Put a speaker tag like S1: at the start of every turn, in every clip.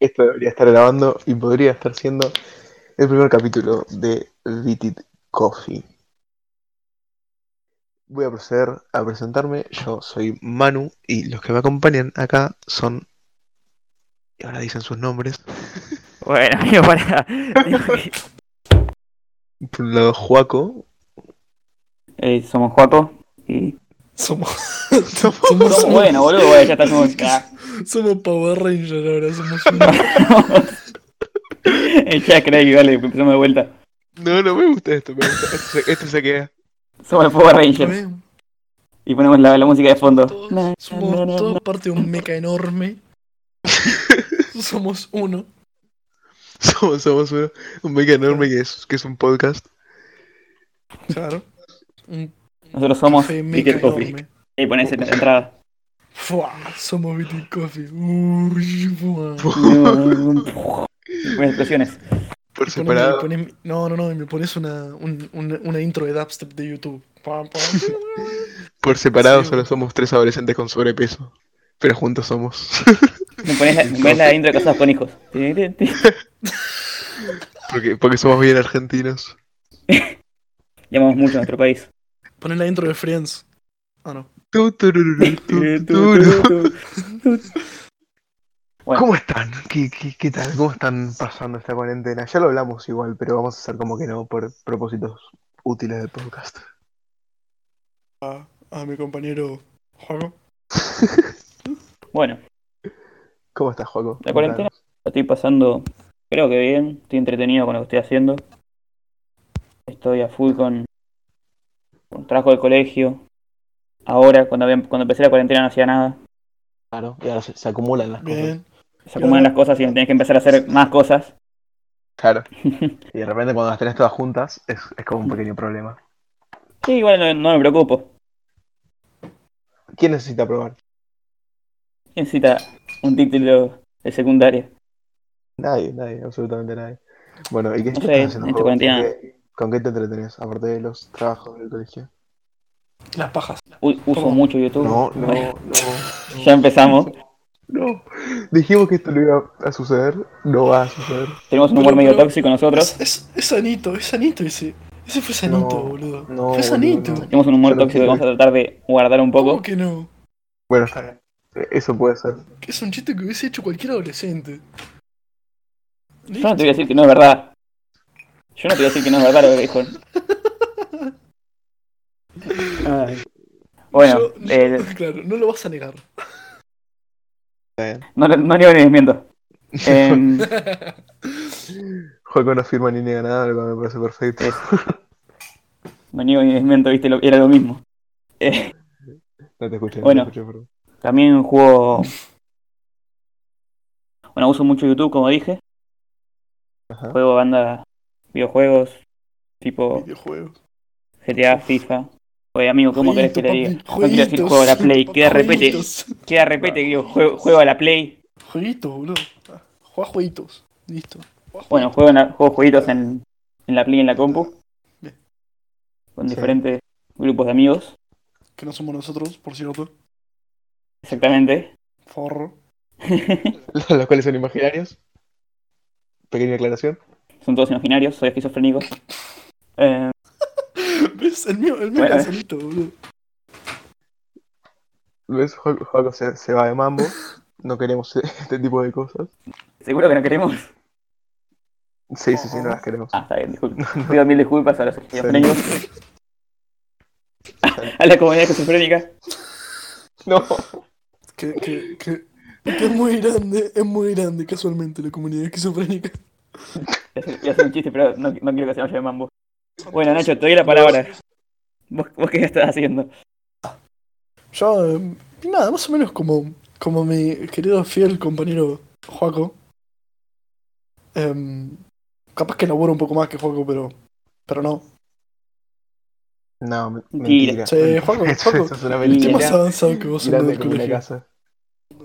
S1: Esto debería estar grabando y podría estar siendo el primer capítulo de Beat It Coffee. Voy a proceder a presentarme. Yo soy Manu y los que me acompañan acá son. Y ahora dicen sus nombres.
S2: Bueno, amigo, para.
S1: Por un lado, Juaco.
S2: Eh, somos Juaco y.
S3: Somos.
S1: Somos-
S3: somos,
S2: Somos bueno, boludo, bueno, ya está somos. Ah,
S3: somos Power Rangers ahora, somos uno.
S2: Ah. ya creí, vale, empezamos de vuelta.
S1: No, no me gusta esto. Me gusta. Esto, se, esto se queda.
S2: Somos los Power
S3: Está
S2: Rangers.
S3: bien,
S2: Y ponemos la, la música de fondo.
S3: todos- Somos todos parte de un mecha enorme. Somos uno.
S1: Somos, somos uno- un mega enorme que es, que es un podcast.
S3: Claro. Un
S2: Nosotros somos
S3: café
S2: Peter Coffee. Y pones en la entrada.
S3: Fua, somos Beating Coffee. Uy, fua.
S2: Buenas expresiones.
S1: Por
S3: Y poneme-
S1: separado.
S3: poneme- no, no, no, y me pones una, un- una, una intro de dubstep de YouTube. Pam, pam.
S1: Por separado
S3: Sí.
S1: solo somos tres adolescentes con sobrepeso. Pero juntos somos.
S2: Me pones la, me pones la intro de casados con hijos. Ti, ti, ti.
S1: porque, porque somos bien argentinos.
S2: Llamamos mucho a nuestro país.
S3: Ponen la intro de Friends. Ah, no.
S1: Tu, turururu, tu, turu. ¿Cómo están? ¿Qué, qué, qué tal? ¿Cómo están pasando esta cuarentena? Ya lo hablamos igual, pero vamos a hacer como que no por propósitos útiles del podcast.
S3: A, a mi compañero Juaco.
S2: Bueno,
S1: ¿Cómo estás, Joaco?
S2: La cuarentena. la estoy pasando, creo que bien. Estoy entretenido con lo que estoy haciendo. Estoy a full con, con trabajo de colegio. Ahora, cuando, había- cuando empecé la cuarentena, no hacía nada.
S1: Claro, y ahora se, acumulan
S3: Ah,
S1: las
S3: Bien.
S2: Se acumulan las cosas y tenés que empezar a hacer más cosas.
S1: Claro. Y de repente cuando las tenés todas juntas es, es como un pequeño problema.
S2: Sí, igual no, no me preocupo.
S1: ¿Quién necesita probar?
S2: ¿Quién necesita un título de secundaria?
S1: Nadie, nadie, absolutamente nadie. Bueno, ¿y qué
S2: No
S1: qué
S2: sé,
S1: estás haciendo?
S2: en
S1: Joaco?
S2: esta cuarentena.
S1: ¿Con qué- ¿Con qué te entretenés? Aparte de los trabajos del colegio.
S3: Las pajas.
S2: U- uso
S3: ¿Cómo?
S2: mucho YouTube.
S1: No, no,
S2: Bueno,
S1: no.
S2: ya empezamos.
S1: No, dijimos que esto no iba a suceder, no va a suceder.
S2: Tenemos un
S3: Pero-
S2: humor medio
S3: pero-
S2: tóxico nosotros.
S3: Es, es, es sanito, es sanito ese. Ese fue sanito,
S1: No,
S3: boludo.
S1: no,
S3: fue sanito.
S1: boludo,
S2: Tenemos un humor
S1: Pero-
S2: tóxico que vamos a tratar de guardar un
S3: ¿Cómo
S2: poco.
S3: que no?
S1: Bueno, está bien. Eso puede ser.
S3: Que es un chiste que hubiese hecho cualquier adolescente.
S2: Yo no te voy a decir que no es verdad. Yo no te voy a decir que no es verdad lo que dijo. Ay. Bueno,
S3: Yo- yo-
S2: eh,
S3: claro, no lo vas a negar.
S2: no, no, niego ni desmiento. Em,
S1: Juego no firma ni niega nada, lo cual me parece perfecto.
S2: no niego ni desmiento, viste, lo- era lo mismo. Eh,
S1: No te escuché,
S2: Bueno.
S1: no te escuché, perdón.
S2: también juego... Bueno, uso mucho YouTube, como dije.
S1: Ajá.
S2: Juego banda videojuegos, tipo
S3: Videojuegos.
S2: GTA, FIFA. Oye, amigo, ¿cómo querés que le diga?
S3: Jueguito,
S2: No quiero decir
S3: papi,
S2: juego a la Play, que de repente,
S3: Jueguitos,
S2: que de repente digo, juego, juego a la Play.
S3: Jueguitos, boludo. Ah, Jugá jueguitos. Listo. Jugá
S2: Bueno,
S3: jueguitos.
S2: juego, en la- juego jueguitos en, en la Play y en la compu.
S3: Bien.
S2: Con
S1: Sí.
S2: diferentes grupos de amigos.
S3: Que no somos nosotros, por cierto.
S2: Exactamente.
S3: Forro.
S1: Los cuales son imaginarios. Pequeña aclaración.
S2: Son todos imaginarios, soy esquizofrénico. Eh,
S3: ¿Ves? El mío, el mío
S2: Bueno,
S3: era
S2: eh.
S3: solito, boludo.
S1: ¿Ves? Juego Juego se, se va de mambo. No queremos este tipo de cosas.
S2: ¿Seguro que no queremos?
S1: Sí, sí, sí, no las queremos.
S2: Ah, está bien, disculpa. Pido mil disculpas a los esquizofrénicos. a la comunidad esquizofrénica.
S1: No.
S3: Que, que, que, que es muy grande, es muy grande casualmente la comunidad esquizofrénica.
S2: Voy a hacer- voy a hacer un chiste, pero no, no quiero que se vaya de mambo. Bueno, Nacho, te doy la palabra. ¿Vos, vos qué estás haciendo?
S3: Yo, eh, nada, más o menos como, como mi querido fiel compañero Joaco. Em, capaz que elaboro un poco más que Joaco, pero, pero no.
S1: No, me- mentira.
S2: Mentira.
S3: Sí, Juego,
S1: Eso-
S3: Juego.
S1: eso es una
S3: Estoy
S1: mentira.
S3: más avanzado que vos en
S1: Grande
S3: el
S1: como una
S3: colegio.
S1: casa.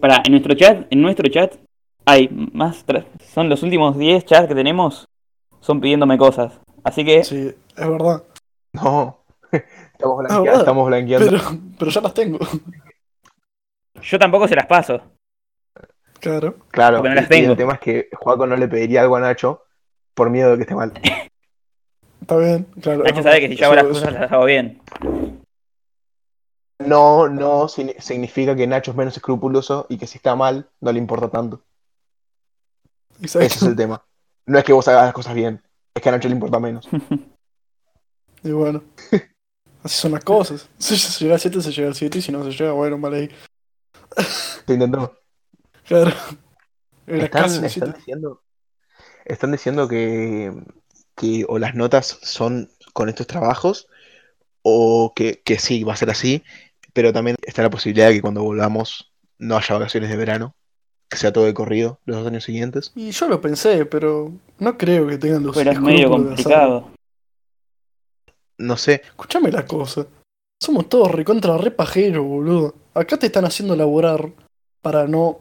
S2: Para, en nuestro chat, en nuestro chat hay más tra- son los últimos 10 chats que tenemos son pidiéndome cosas. Así que
S3: Sí, es verdad.
S1: No. Estamos blanqueando.
S3: bueno.
S1: estamos blanqueando.
S3: Pero, pero ya las tengo.
S2: yo tampoco se las paso.
S3: Claro.
S1: Claro,
S2: Porque no
S1: y-
S2: las
S1: y
S2: tengo.
S1: el tema es que Juaco no le pediría algo a Nacho por miedo de que esté mal.
S3: Está bien, claro.
S2: Nacho sabe que si yo hago
S3: Eso-
S2: las cosas las hago bien.
S1: No, no sin- significa que Nacho es menos escrupuloso y que si está mal, no le importa tanto.
S3: eso-
S1: Ese es
S3: Exacto.
S1: el tema. No es que vos hagas las cosas bien, es que a Nacho le importa menos.
S3: Y bueno. Así son las cosas. Si se llega a 7, se llega a 7. Y si no se llega, bueno, vale ahí.
S1: Te intentó.
S3: Claro. Era casi
S1: Están,
S3: un
S1: están
S3: 7.
S1: diciendo, están diciendo que, que o las notas son con estos trabajos o que, que sí, va a ser así, pero también está la posibilidad de que cuando volvamos no haya vacaciones de verano, que sea todo de corrido los dos años siguientes.
S3: Y yo lo pensé, pero no creo que tengan los
S2: Pero es medio
S3: escrúpulos de hacerlo.
S2: complicado.
S1: No sé,
S3: Escuchame la cosa. Somos todos recontra re pajeros, boludo. Acá te están haciendo laburar para no.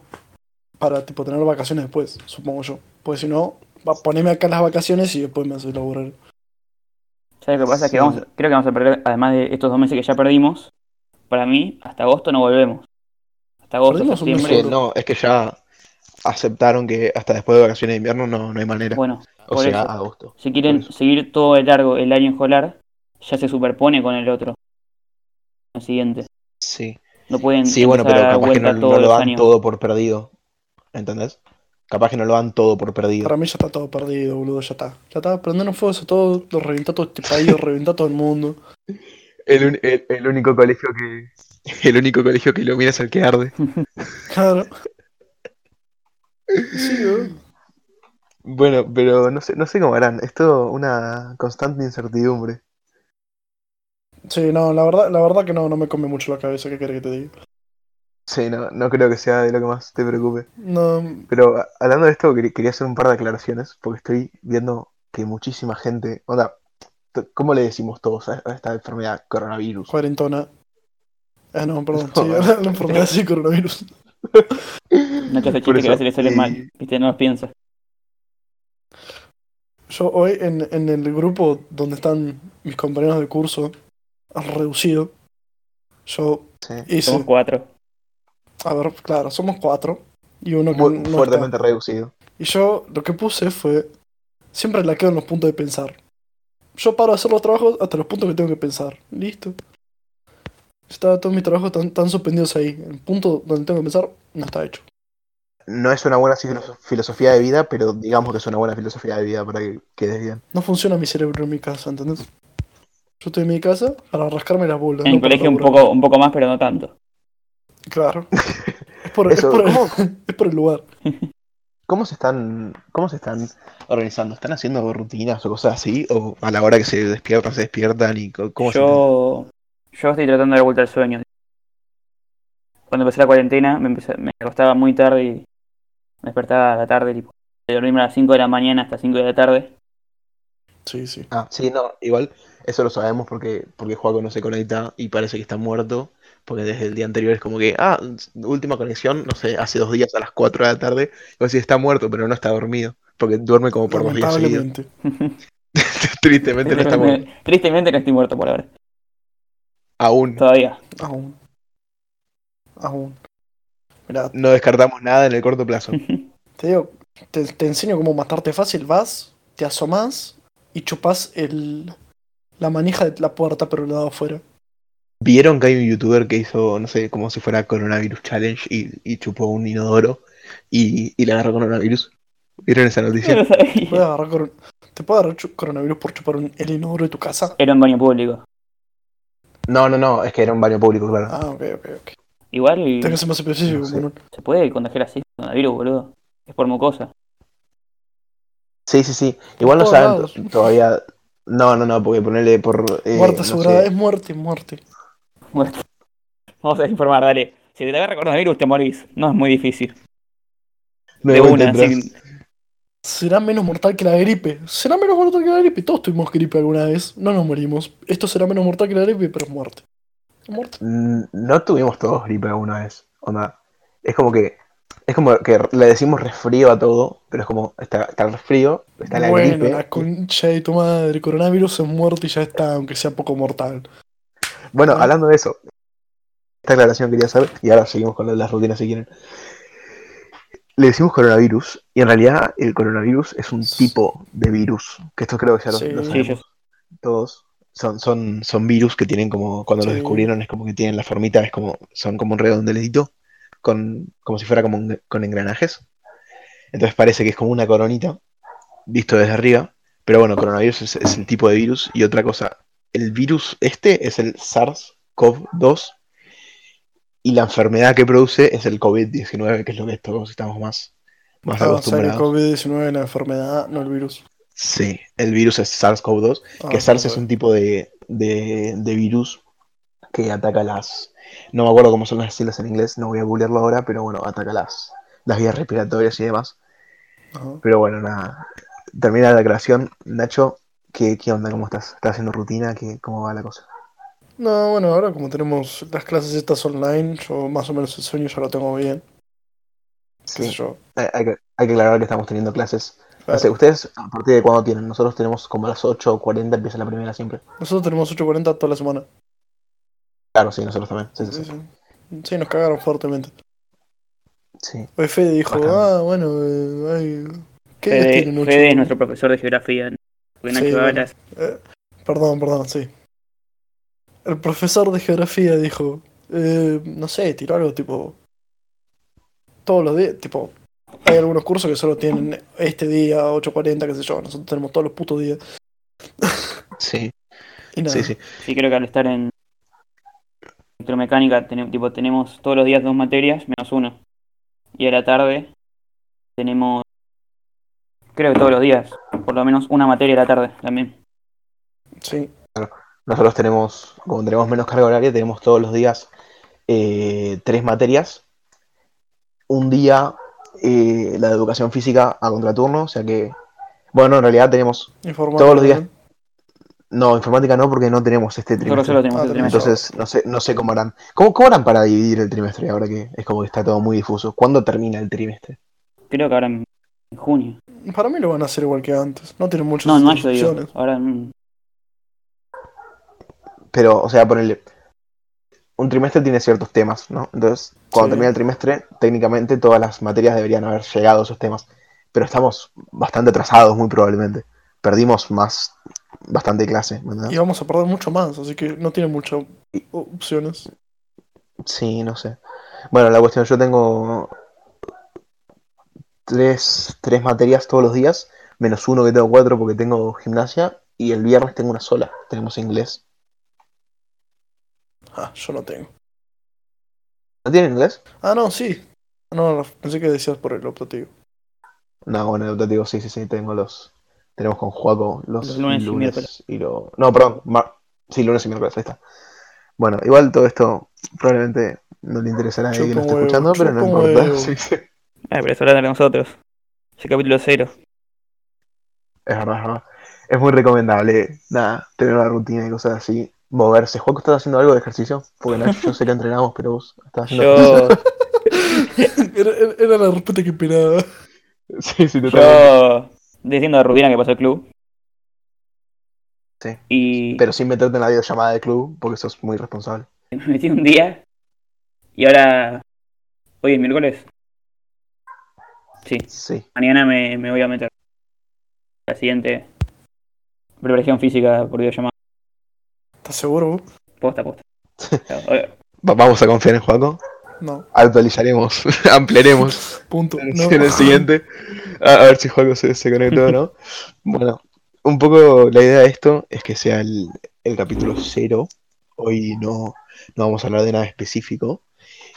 S3: para tipo tener vacaciones después, supongo yo. Pues si no, va, poneme acá las vacaciones y después me haces laburar.
S2: ¿Sabes lo que pasa? Es
S1: Sí.
S2: que vamos, creo que vamos a perder, además de estos dos meses que ya perdimos, para mí, hasta agosto no volvemos. Hasta agosto,
S3: Perdimos un mes
S1: es que
S2: septiembre.
S3: solo.
S1: no, es que ya aceptaron que hasta después de vacaciones de invierno no, no hay manera,
S2: Bueno,
S1: o
S2: por
S1: sea,
S2: eso.
S1: agosto.
S2: si quieren
S1: Por eso.
S2: seguir todo el largo, el año escolar, ya se superpone con el otro. El siguiente.
S1: Sí.
S2: No pueden
S1: Sí, bueno,
S2: empezar
S1: pero
S2: a dar
S1: capaz que
S2: vuelta
S1: no, no
S2: todos
S1: lo
S2: los
S1: dan
S2: años.
S1: todo por perdido. ¿Entendés? Capaz que no lo dan todo por perdido.
S3: Para mí ya está todo perdido, boludo, ya está. Ya está, prenderon fuego eso todo, lo reventá todo este país, lo reventá todo el mundo.
S1: El, un- el- el único colegio que. El único colegio que ilumina es el que arde.
S3: Claro. Y Sí, ¿eh? boludo.
S1: Bueno, pero no sé, no sé cómo harán. Es todo una constante incertidumbre.
S3: Sí, no, la verdad, la verdad que no, no me come mucho la cabeza, ¿qué querés que te diga?
S1: Sí, no, no creo que sea de lo que más te preocupe.
S3: No,
S1: Pero a- hablando de esto, quer- quería hacer un par de aclaraciones, porque estoy viendo que muchísima gente. Onda, t- ¿cómo le decimos todos a a esta enfermedad coronavirus?
S3: cuarentona. Ah, no, perdón, sí,
S1: Joder.
S3: la enfermedad sí, coronavirus.
S2: No te hace
S1: Por
S2: chiste que
S1: eso,
S2: a veces le sale
S1: y-
S2: mal. Viste, no los piensas.
S3: Yo hoy en, en el grupo donde están mis compañeros de curso reducido, yo
S1: sí.
S3: hice,
S2: Somos cuatro.
S3: a ver, claro, somos cuatro y uno que
S1: Muy
S3: no está.
S1: fuertemente reducido.
S3: Y yo lo que puse fue, siempre la quedo en los puntos de pensar. Yo paro de hacer los trabajos hasta los puntos que tengo que pensar. Listo. Está, todos mis trabajos están, están suspendidos ahí. El punto donde tengo que pensar no está hecho.
S1: No es una buena filo- filosofía de vida, pero digamos que es una buena filosofía de vida para que quedes bien.
S3: No funciona mi cerebro en mi casa, ¿entendés? Yo estoy en mi casa para rascarme las bolas.
S2: En
S3: no
S2: el
S3: para
S2: colegio un
S3: laburar.
S2: poco, un poco más, pero no tanto.
S3: Claro. Es por,
S1: Eso-
S3: es por el, es por el lugar.
S1: ¿Cómo se están, cómo se están organizando? ¿Están haciendo rutinas o cosas así? ¿O a la hora que se despiertan, se despiertan? y co- cómo se
S2: Yo, yo estoy tratando de dar vuelta al sueño. Cuando empecé la cuarentena me, empecé- me acostaba muy tarde y me despertaba a la tarde, tipo, de dormirme a las 5 de la mañana hasta 5 de la tarde.
S3: Sí, sí.
S1: Ah, sí, no, igual eso lo sabemos porque, porque Juaco no se conecta y parece que está muerto. Porque desde el día anterior es como que, ah, última conexión, no sé, hace dos días a las 4 de la tarde. Y vos decís, está muerto, pero no está dormido. Porque duerme como por dos días seguidos.
S3: Lamentablemente.
S1: Tristemente no está muerto.
S2: Tristemente no estoy muerto por ahora.
S1: Aún.
S2: Todavía.
S3: Aún. Aún. Mirá,
S1: No descartamos nada en el corto plazo.
S3: te digo, te, te enseño cómo matarte fácil. Vas, te asomás y chupás el, la manija de la puerta, pero el lado afuera.
S1: ¿Vieron que hay un youtuber que hizo, no sé, como si fuera coronavirus challenge y, y chupó un inodoro y, y le agarró coronavirus? ¿Vieron esa
S2: Yo
S1: noticia?
S2: lo
S3: Te puede
S2: sabía.
S3: agarrar, coron- te puede agarrar chu- coronavirus por chupar un- el inodoro de tu casa.
S2: Era un baño público.
S1: No, no, no, es que era un baño público, claro.
S3: Ah, ok, ok, ok.
S2: Igual
S3: Tenés que ser más específico.
S1: No sé.
S3: bueno.
S2: se puede contagiar así coronavirus, boludo. Es por mucosa.
S1: Sí, sí, sí. Igual no
S3: Por
S1: saben
S3: todos
S1: to- todavía. No, no, no, porque ponerle por. eh,
S3: muerte
S1: no
S3: asegurada,
S1: sé.
S3: es muerte, muerte.
S2: Bueno, Vamos a informar, dale. Si te agarra coronavirus te morís. No es muy difícil.
S1: No,
S2: de
S1: no
S2: una,
S1: entendrás.
S2: sin-
S3: Será menos mortal que la gripe. Será menos mortal que la gripe. Todos tuvimos gripe alguna vez. No nos morimos. Esto será menos mortal que la gripe, pero es muerte. Muerte.
S1: Mm, No tuvimos todos gripe alguna vez. Onda. Es como que. Es como que le decimos resfrío a todo, pero es como. Está, está el resfrío, está la
S3: bueno,
S1: gripe.
S3: la concha de tu madre. Coronavirus es muerte y ya está, aunque sea poco mortal.
S1: Bueno,
S3: Ah.
S1: hablando de eso, esta aclaración quería hacer, y ahora seguimos con lo de las rutinas si quieren. le decimos coronavirus y en realidad el coronavirus es un
S3: Sí.
S1: tipo de virus, que esto creo que ya lo,
S3: Sí.
S1: lo
S3: Sí,
S2: Sí, yo
S1: sabemos todos. Son, son, son virus que tienen como, cuando los
S3: Sí.
S1: descubrieron, es como que tienen la formita, es como, son como un redondeledito, con, como si fuera como un- con engranajes. Entonces parece que es como una coronita, visto desde arriba. Pero bueno, coronavirus es, es el tipo de virus. Y otra cosa, el virus este es el SARS-CoV-2 y la enfermedad que produce es el COVID-19, que es lo que todos estamos más, más
S3: Ah, o sea, que
S1: acostumbrados.
S3: COVID-19 es la enfermedad, no el virus.
S1: Sí, el virus es SARS-CoV-2
S3: Ah,
S1: que SARS
S3: no,
S1: es un tipo de, de- de virus que ataca las. No me acuerdo cómo son las siglas en inglés, no voy a googlearlo ahora, pero bueno, ataca las, las vías respiratorias y demás.
S3: ajá.
S1: Pero bueno, nada. Termina la creación. Nacho, ¿qué, qué onda? ¿Cómo estás? ¿Estás haciendo rutina? ¿Qué, ¿Cómo va la cosa?
S3: No, bueno, ahora como tenemos las clases estas online, yo más o menos el sueño ya lo tengo bien. ¿Qué sé
S1: Sí,
S3: yo?
S1: Hay, hay que, hay que aclarar que estamos teniendo clases. No
S3: Claro.
S1: sé, ¿Ustedes a partir de cuándo tienen? Nosotros tenemos como a las 8 o 40, empieza la primera siempre.
S3: Nosotros tenemos 8.40 toda la semana.
S1: Claro, sí, nosotros también. Sí, sí,
S3: Sí,
S1: sí.
S3: sí. Sí, nos cagaron fuertemente.
S1: Sí.
S3: Hoy Fede dijo,
S1: Bastante.
S3: ah, bueno, eh, ay, ¿qué edad
S2: Fede,
S3: tienen,
S2: Fede es
S3: ocho?"
S2: nuestro profesor de geografía. Porque Nacho
S3: Sí,
S2: Galas-
S3: Eh, perdón, perdón, sí. El profesor de geografía dijo, eh, no sé, tiró algo tipo... Todos los días, tipo... Hay algunos cursos que solo tienen este día, 8.40, qué sé yo. Nosotros tenemos todos los putos días.
S1: Sí,
S3: Y nada.
S1: sí, sí.
S2: Sí, creo que al estar en electromecánica tenemos, tipo, tenemos todos los días dos materias menos una. Y a la tarde tenemos, creo que todos los días, por lo menos una materia a la tarde también.
S3: Sí.
S1: Nosotros tenemos, como tenemos menos carga horaria, tenemos todos los días eh, tres materias. Un día eh, la de educación física a contraturno, o sea que, bueno, en realidad tenemos,
S3: Informática,
S1: Todos los días.
S3: ¿no?
S1: no, informática no porque no tenemos este
S2: Nosotros
S1: trimestre.
S2: solo tenemos
S3: Ah,
S2: este
S3: tenemos
S2: trimestre.
S1: Entonces, no sé, no sé cómo harán. ¿Cómo, cómo harán para dividir el trimestre ahora que es como que está todo muy difuso? ¿Cuándo termina el trimestre?
S2: Creo que ahora en, en junio.
S3: Para mí lo van a hacer igual que antes. No tienen muchas
S2: No, en mayo digo.
S3: instrucciones.
S2: Ahora en-
S1: Pero, o sea, ponerle, un trimestre tiene ciertos temas, ¿no? Entonces, cuando
S3: Sí.
S1: termina el trimestre, técnicamente todas las materias deberían haber llegado a esos temas, pero estamos bastante atrasados, muy probablemente. Perdimos más, bastante clase, ¿verdad?
S3: Y vamos a perder mucho más, así que no tienen muchas opciones.
S1: Sí, no sé. Bueno, la cuestión, yo tengo tres, tres materias todos los días, menos uno que tengo cuatro porque tengo gimnasia, y el viernes tengo una sola, tenemos inglés.
S3: Ah, yo no tengo.
S1: ¿No tienen inglés?
S3: Ah, no, sí. No, no, pensé que decías por el optativo.
S1: No, bueno, el optativo sí, sí, sí, tengo los. Tenemos con Juaco los,
S2: Los lunes
S1: lunes,
S2: y miércoles.
S1: y lo. No, perdón, mar- sí, lunes y miércoles, ahí está. Bueno, igual todo esto probablemente no le interesará a nadie que lo
S3: Chupa
S1: esté
S3: huevo,
S1: escuchando, pero no
S3: chupa
S1: importa.
S3: huevo.
S1: sí, sí.
S2: Ah, pero eso ahora de nosotros. Es el capítulo cero.
S1: Es verdad, es verdad. Es muy recomendable, nada, tener una rutina y cosas así. Moverse. Juaco, ¿estás haciendo algo de ejercicio? Porque Nacho, yo sé que entrenamos, pero vos estás haciendo ejercicio.
S2: Yo,
S3: Era, era- era la respuesta que esperaba.
S1: Sí, sí, totalmente.
S2: yo diciendo a Rubina que pasó el club.
S1: Sí.
S2: Y
S1: Pero sin meterte en la videollamada del club, porque sos muy responsable.
S2: me metí un día. Y ahora, hoy es miércoles. Sí.
S1: Sí.
S2: Mañana me, me voy a meter. La siguiente. Preparación física por videollamada.
S3: ¿Estás seguro? vos?
S2: Posta, posta. Hoy-
S1: Va- vamos a confiar en Juaco.
S3: No.
S1: Actualizaremos, ampliaremos.
S3: Punto.
S1: en,
S3: No.
S1: en el siguiente. A, a ver si Juaco se, se conectó o no. Bueno, un poco la idea de esto es que sea el, el capítulo cero. Hoy no, no vamos a hablar de nada específico.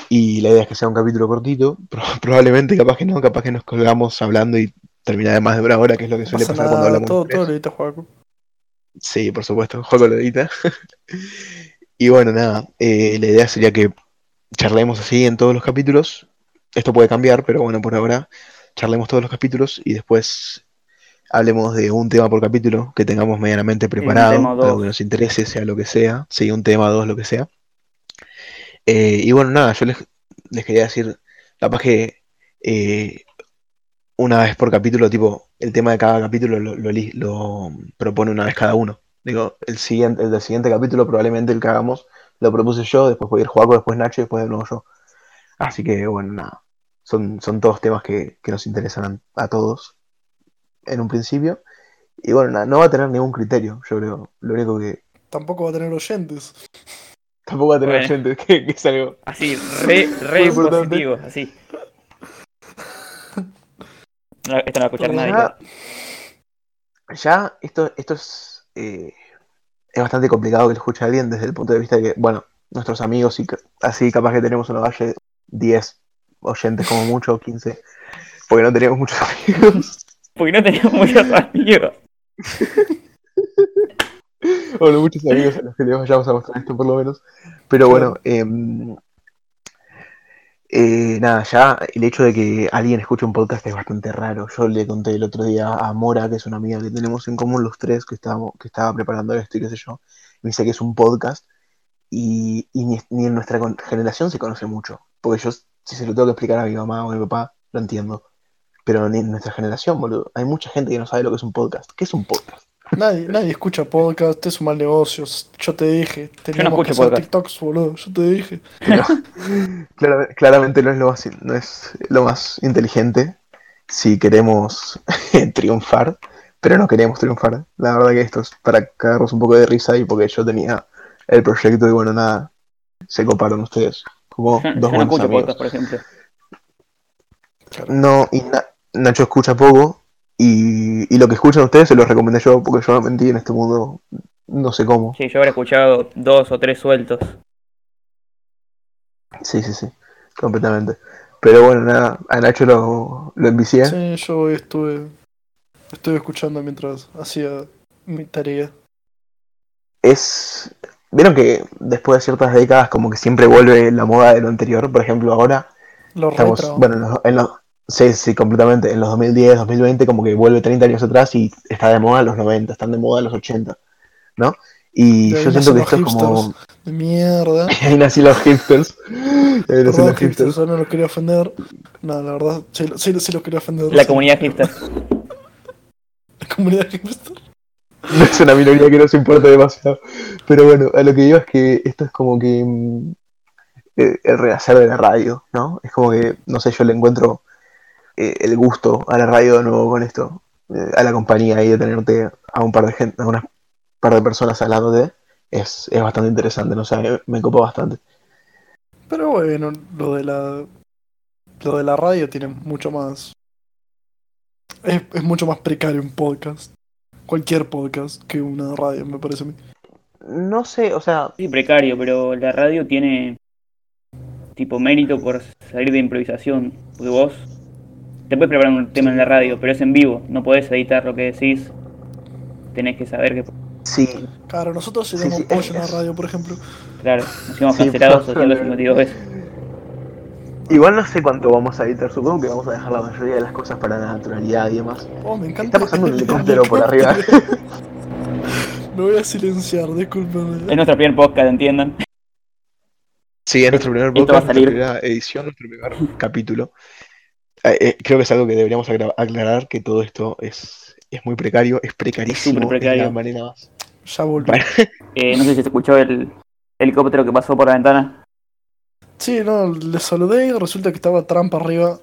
S1: Y la idea es que sea un capítulo cortito. Pro- probablemente, capaz que no, capaz que nos colgamos hablando y termina de más de una hora, que es lo que
S3: No
S1: suele
S3: pasa
S1: pasar
S3: nada,
S1: cuando hablamos.
S3: todo,
S1: de
S3: todo le edita Juaco.
S1: Sí, por supuesto, Juego lo edita. Y bueno, nada, eh, la idea sería que charlemos así en todos los capítulos. Esto puede cambiar, pero bueno, por ahora charlemos todos los capítulos y después hablemos de un tema por capítulo que tengamos medianamente preparado,
S2: tema o dos.
S1: algo que nos interese, sea lo que sea, sí, un tema, dos, lo que sea. Eh, y bueno, nada, yo les, les quería decir, capaz que eh, una vez por capítulo, tipo, el tema de cada capítulo lo, lo eli- lo propone una vez cada uno. Digo, el siguiente, el del siguiente capítulo, probablemente el que hagamos, lo propuse yo, después voy a ir Juaco, después Nacho y después de nuevo yo. Así que bueno, nada. Son, son todos temas que, que nos interesan a, a todos en un principio. Y bueno, na- no va a tener ningún criterio, yo creo. Lo único que.
S3: Tampoco va a tener oyentes.
S1: Tampoco va a tener
S2: Bueno.
S1: gente que, que es algo.
S2: Así, re, re
S1: Muy importante.
S2: positivo, así. No, esto no va a escuchar
S3: Pero
S2: nadie.
S1: ya, ya esto, esto es, eh, es bastante complicado que lo escuche alguien desde el punto de vista de que, bueno, nuestros amigos y ca- así capaz que tenemos una valle 10 oyentes como mucho, 15, porque no tenemos muchos amigos,
S2: Porque no tenemos muchos amigos.
S1: o no muchos amigos a los que les vayamos a mostrar esto por lo menos. Pero bueno, em, eh, nada, ya el hecho de que alguien escuche un podcast es bastante raro. Yo le conté el otro día a Mora, que es una amiga que tenemos en común los tres, que, estábamos, que estaba preparando esto y qué sé yo. Me dice que es un podcast y, y ni, ni en nuestra con- generación se conoce mucho. Porque yo, si se lo tengo que explicar a mi mamá o a mi papá, lo entiendo. Pero ni en nuestra generación, boludo. Hay mucha gente que no sabe lo que es un podcast. ¿Qué es un podcast?
S3: Nadie, nadie escucha podcast, es un mal negocio. Yo te dije, teníamos
S2: escucho
S3: que hacer
S2: podcast.
S3: TikToks, boludo. Yo te dije.
S1: Claramente, claramente no es lo más, no es lo más inteligente si queremos triunfar, pero no queremos triunfar. La verdad que esto es para cagarnos un poco de risa y porque yo tenía el proyecto y bueno, nada, se coparon ustedes como
S2: Yo, yo
S1: dos
S2: no
S1: buenos
S2: escucho
S1: amigos.
S2: podcast, por ejemplo.
S1: No, y Na- Nacho escucha poco y, y lo que escuchan ustedes se los recomendé yo porque yo no mentí en este mundo, no sé cómo.
S2: Sí, yo habré escuchado dos o tres sueltos.
S1: Sí, sí, sí, completamente. Pero bueno, nada, a Nacho lo, lo envicié.
S3: Sí, yo hoy estuve, estuve escuchando mientras hacía mi tarea.
S1: es. Vieron que después de ciertas décadas, como que siempre vuelve la moda de lo anterior. Por ejemplo, ahora
S3: Lo
S1: estamos.
S3: retro.
S1: Bueno, en los, en los- Sí, sí, completamente. En los 2010, 2020, como que vuelve 30 años atrás y está de moda los 90, están de moda los 80, ¿no? Y
S3: Y ahí
S1: yo siento
S3: nacen
S1: que
S3: los
S1: esto es como.
S3: hipsters. De mierda.
S1: Ahí nací los hipsters. Ahí nací
S3: Perdón,
S1: los
S3: hipsters,
S1: hipsters.
S3: yo no los quería ofender. No, la verdad, sí, lo- sí, lo- sí los quería ofender.
S2: La
S3: Sí,
S2: comunidad hipster.
S3: La comunidad hipster.
S1: No es una minoría que nos importa demasiado. Pero bueno, a lo que digo es que esto es como que mm, eh, el rehacer de la radio, ¿no? Es como que, no sé, yo le encuentro eh, el gusto a la radio de nuevo con esto, eh, a la compañía y de tenerte a un par de gente, a unas par de personas al lado de, es, es bastante interesante, no sé, a mí me, me copa bastante.
S3: Pero bueno, lo de la. Lo de la radio tiene mucho más. Es, es mucho más precario un podcast. Cualquier podcast que una radio, me parece a mí.
S1: No sé, o sea,
S2: Sí, precario, pero la radio tiene tipo mérito por salir de improvisación. Porque vos te puedes preparar un tema en la radio, pero es en vivo. No podés editar lo que decís. Tenés que saber que.
S1: sí,
S3: Claro, nosotros
S1: Sí,
S3: seríamos
S1: sí,
S3: pollo
S1: es-
S3: en la
S1: es-
S3: radio, por ejemplo.
S2: Claro, nos íbamos
S1: Sí,
S2: cancelados
S1: por
S2: 852 veces.
S1: igual no sé cuánto vamos a editar, supongo que vamos a dejar la mayoría de las cosas para la naturalidad y demás.
S3: Oh, me encanta.
S1: Está pasando un helicóptero por arriba.
S3: Lo voy a silenciar, discúlpame.
S2: Es nuestro primer podcast, entiendan.
S1: Sí, es nuestro primer
S2: Esto
S1: podcast,
S2: va a salir.
S1: nuestra primera edición, nuestro primer capítulo. Eh, eh, creo que es algo que deberíamos agra- aclarar, que todo esto es, es muy precario, es precarísimo,
S2: Súper precario.
S1: es la manera más.
S3: Ya volví.
S1: Bueno,
S2: Eh, no sé si se escuchó el helicóptero que pasó por la ventana.
S3: Sí, no, le saludé y resulta que estaba trampa arriba.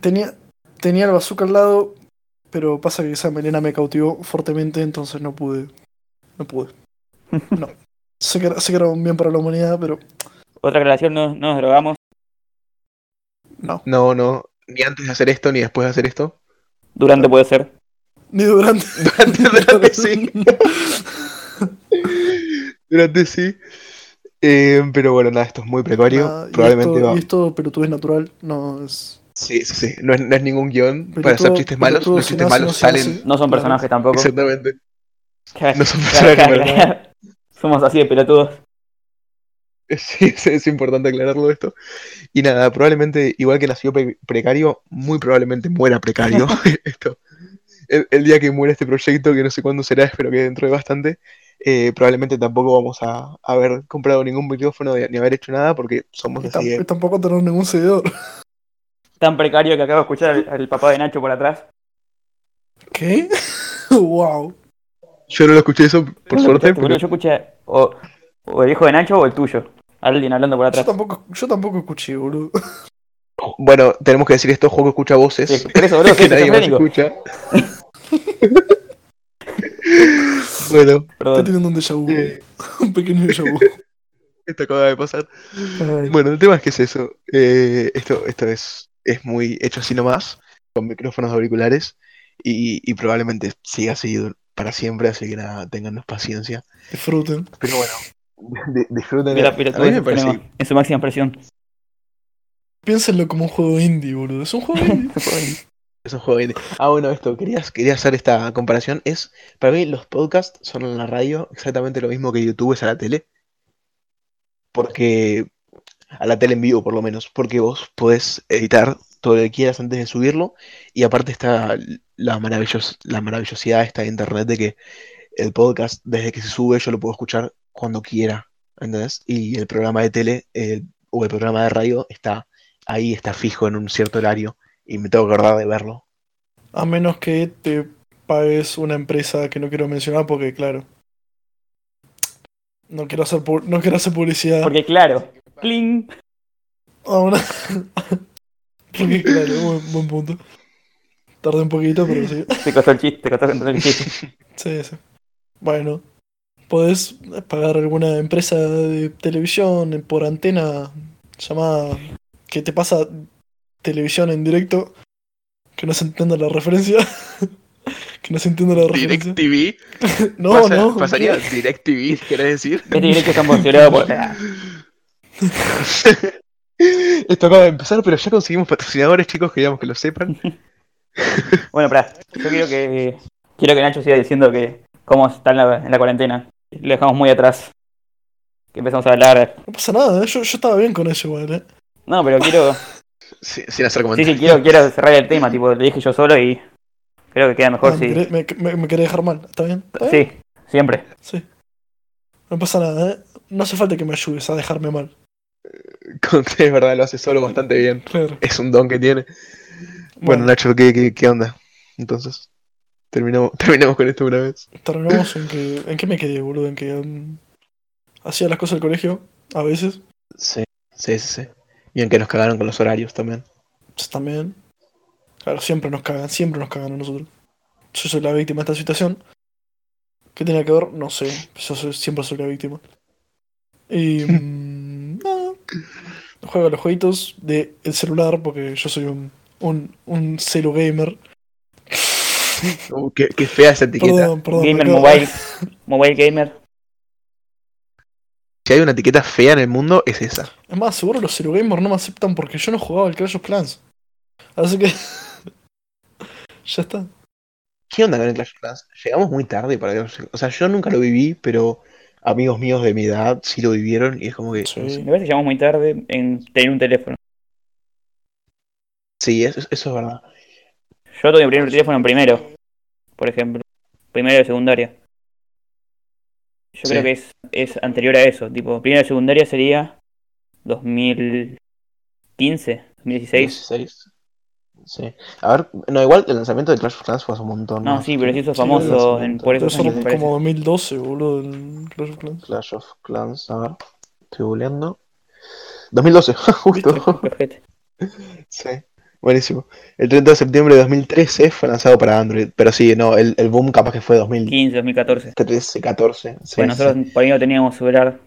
S3: Tenía, tenía el bazooka al lado, pero pasa que esa melena me cautivó fuertemente, entonces no pude. No pude. No. Sé que, era- sé que era un bien para la humanidad, pero
S2: Otra aclaración, no, no nos drogamos.
S3: no.
S1: no, no, ni antes de hacer esto, ni después de hacer esto.
S2: Durante puede ser.
S3: Ni durante.
S1: Durante, durante sí. Durante sí. Eh, pero bueno, nada, esto es muy precario.
S3: Nada, Ah, y
S1: Probablemente
S3: esto,
S1: va.
S3: y esto, pero tú es natural, no es.
S1: Sí, sí, sí. No es, no es ningún guión
S3: Pelotudo,
S1: para hacer chistes malos.
S3: pelotudo,
S1: Los
S3: si
S1: chistes
S3: nace,
S1: malos
S3: no se
S1: salen.
S3: hace.
S2: No son
S3: Claro.
S2: personajes tampoco.
S1: Exactamente. No son
S2: Claro,
S1: personajes,
S2: claro,
S1: ¿verdad?
S2: claro. Somos así de pelotudos.
S1: Sí, es, es importante aclararlo esto. Y nada, probablemente, igual que nació pre- precario, muy probablemente muera precario. esto. El, el día que muera este proyecto, que no sé cuándo será, espero que dentro de bastante, eh, probablemente tampoco vamos a haber comprado ningún micrófono ni haber hecho nada porque somos
S3: Y,
S1: así.
S3: tam- y
S1: de-
S3: tampoco tener ningún seguidor.
S2: Tan precario que acabo de escuchar al, al papá de Nacho por atrás.
S3: ¿Qué? wow.
S1: Yo no lo escuché eso, por
S2: ¿No lo
S1: suerte,
S2: escuchaste, boludo?
S1: pero
S2: Yo escuché o, o el hijo de Nacho o el tuyo. Alguien hablando por
S3: Yo
S2: atrás.
S3: tampoco, yo tampoco escuché, boludo.
S1: Bueno, tenemos que decir esto, juego escucha voces.
S2: Sí, Por eso, boludo,
S1: que
S2: soy
S1: nadie más
S2: esquizofrénico.
S1: escucha. bueno,
S3: Está
S2: Perdón.
S3: teniendo un déjà vu. un pequeño déjà vu.
S1: esto acaba de pasar. Bueno, el tema es que es eso. Eh, esto esto es, es muy hecho así nomás, con micrófonos auriculares, y, y probablemente siga así du- para siempre, así que nada, tengannos paciencia.
S3: Disfruten.
S1: Pero bueno, di- disfruten.
S2: De la
S1: a mí
S2: piratería
S1: me parece
S4: Tenemos En su máxima expresión.
S3: Piénsenlo como un juego indie, boludo. Es un juego indie.
S1: que es un juego indie. Ah, bueno, esto, quería, quería hacer esta comparación. Es, para mí los podcasts son en la radio exactamente lo mismo que YouTube es a la tele. Porque, a la tele en vivo por lo menos, porque vos podés editar todo lo que quieras antes de subirlo. Y aparte está la, maravillos, la maravillosidad esta de internet de que el podcast, desde que se sube, yo lo puedo escuchar cuando quiera. ¿Entendés? Y el programa de tele eh, o el programa de radio está ahí, está fijo en un cierto horario. Y me tengo que acordar de verlo.
S3: A menos que te pagues una empresa que no quiero mencionar porque, claro. No quiero hacer, pu- no quiero hacer publicidad.
S2: Porque claro, cling.
S3: a una- porque, claro, buen, buen punto. Tardé un poquito, pero sí.
S2: Te costó el chiste, te costó entender el chiste.
S3: Sí, sí. Bueno, podés pagar alguna empresa de televisión por antena llamada que te pasa televisión en directo, que no se entienda la referencia. que no se entienda la referencia.
S1: DirecTV.
S3: No,
S1: pasa-
S3: no.
S1: Pasaría DirecTV, ¿querés decir?
S2: Este directo está patrocinado por.
S1: Esto acaba de empezar, pero ya conseguimos patrocinadores, chicos, queríamos que lo sepan.
S2: Bueno, pará. Yo quiero que. Quiero que Nacho siga diciendo que. cómo está en la, en la cuarentena. Lo dejamos muy atrás. Que empezamos a hablar.
S3: No pasa nada, ¿eh? yo, yo estaba bien con eso igual, ¿eh?
S2: No, pero quiero.
S1: Sin, sin hacer
S2: Sí,
S1: comentarios.
S2: sí, quiero, quiero cerrar el tema, tipo, lo dije yo solo y. Creo que queda mejor
S3: Ah,
S2: si.
S3: me, querés- me- me- me querés dejar mal, ¿está bien? ¿Está bien?
S2: Sí, siempre.
S3: Sí. No pasa nada, ¿eh? No hace falta que me ayudes a dejarme mal.
S1: Conté, es verdad, lo hace solo bastante bien.
S3: Claro.
S1: Es un don que tiene. Bueno,
S3: Bueno,
S1: Nacho, ¿qué, qué, qué onda? Entonces, terminamos, terminamos con esto una vez.
S3: terminamos en que. ¿En qué me quedé, boludo? En que. mm, hacía las cosas del colegio, a veces.
S1: Sí, sí, sí. sí. Y en que nos cagaron con los horarios también.
S3: Pues, también. Claro, siempre nos cagan, siempre nos cagan a nosotros. Yo soy la víctima de esta situación. ¿Qué tenía que ver? No sé. pues, Yo soy- siempre soy la víctima. Y. mm, nada. Juego a los jueguitos del celular porque yo soy un. Un, un celu gamer.
S1: Uh, qué, qué fea esa etiqueta.
S3: Perdón, perdón. me
S2: Gamer
S3: acabo-
S2: mobile. Mobile gamer.
S1: Si hay una etiqueta fea en el mundo, es esa.
S3: Es más, seguro los celu gamers no me aceptan porque yo no jugaba al Clash of Clans. Así que. ya está.
S1: ¿Qué onda con el Clash of Clans? Llegamos muy tarde para Clash of Clans. O sea, yo nunca lo viví, pero amigos míos de mi edad sí lo vivieron y es como que.
S3: Sí.
S2: Me parece que llegamos muy tarde en tener un teléfono.
S1: Sí, eso, eso es verdad.
S2: Yo tuve mi primer teléfono en primero, por ejemplo. Primero de secundaria. Yo
S1: Sí.
S2: creo que es, es anterior a eso. Tipo, primero de secundaria sería 2015, 2016.
S1: 16. Sí. A ver, no, igual el lanzamiento de Clash of Clans fue hace un montón.
S2: No, sí, pero se hizo
S3: Sí, es
S2: famoso
S1: un
S2: en,
S1: montón.
S2: por
S3: Pero
S2: esos
S3: eso
S2: años,
S3: era
S2: me
S3: como
S2: parece.
S3: 2012, boludo, el Clash of Clans.
S1: Clash of Clans, a ver, estoy googleando. 2012, justo.
S2: Qué ojete.
S1: Sí, buenísimo. El 30 de septiembre de 2013 fue lanzado para Android, pero sí, no, el, el boom capaz que fue 2013,
S2: 15, 2014.
S1: 14. Sí,
S2: bueno,
S1: sí,
S2: nosotros por ahí no teníamos celular.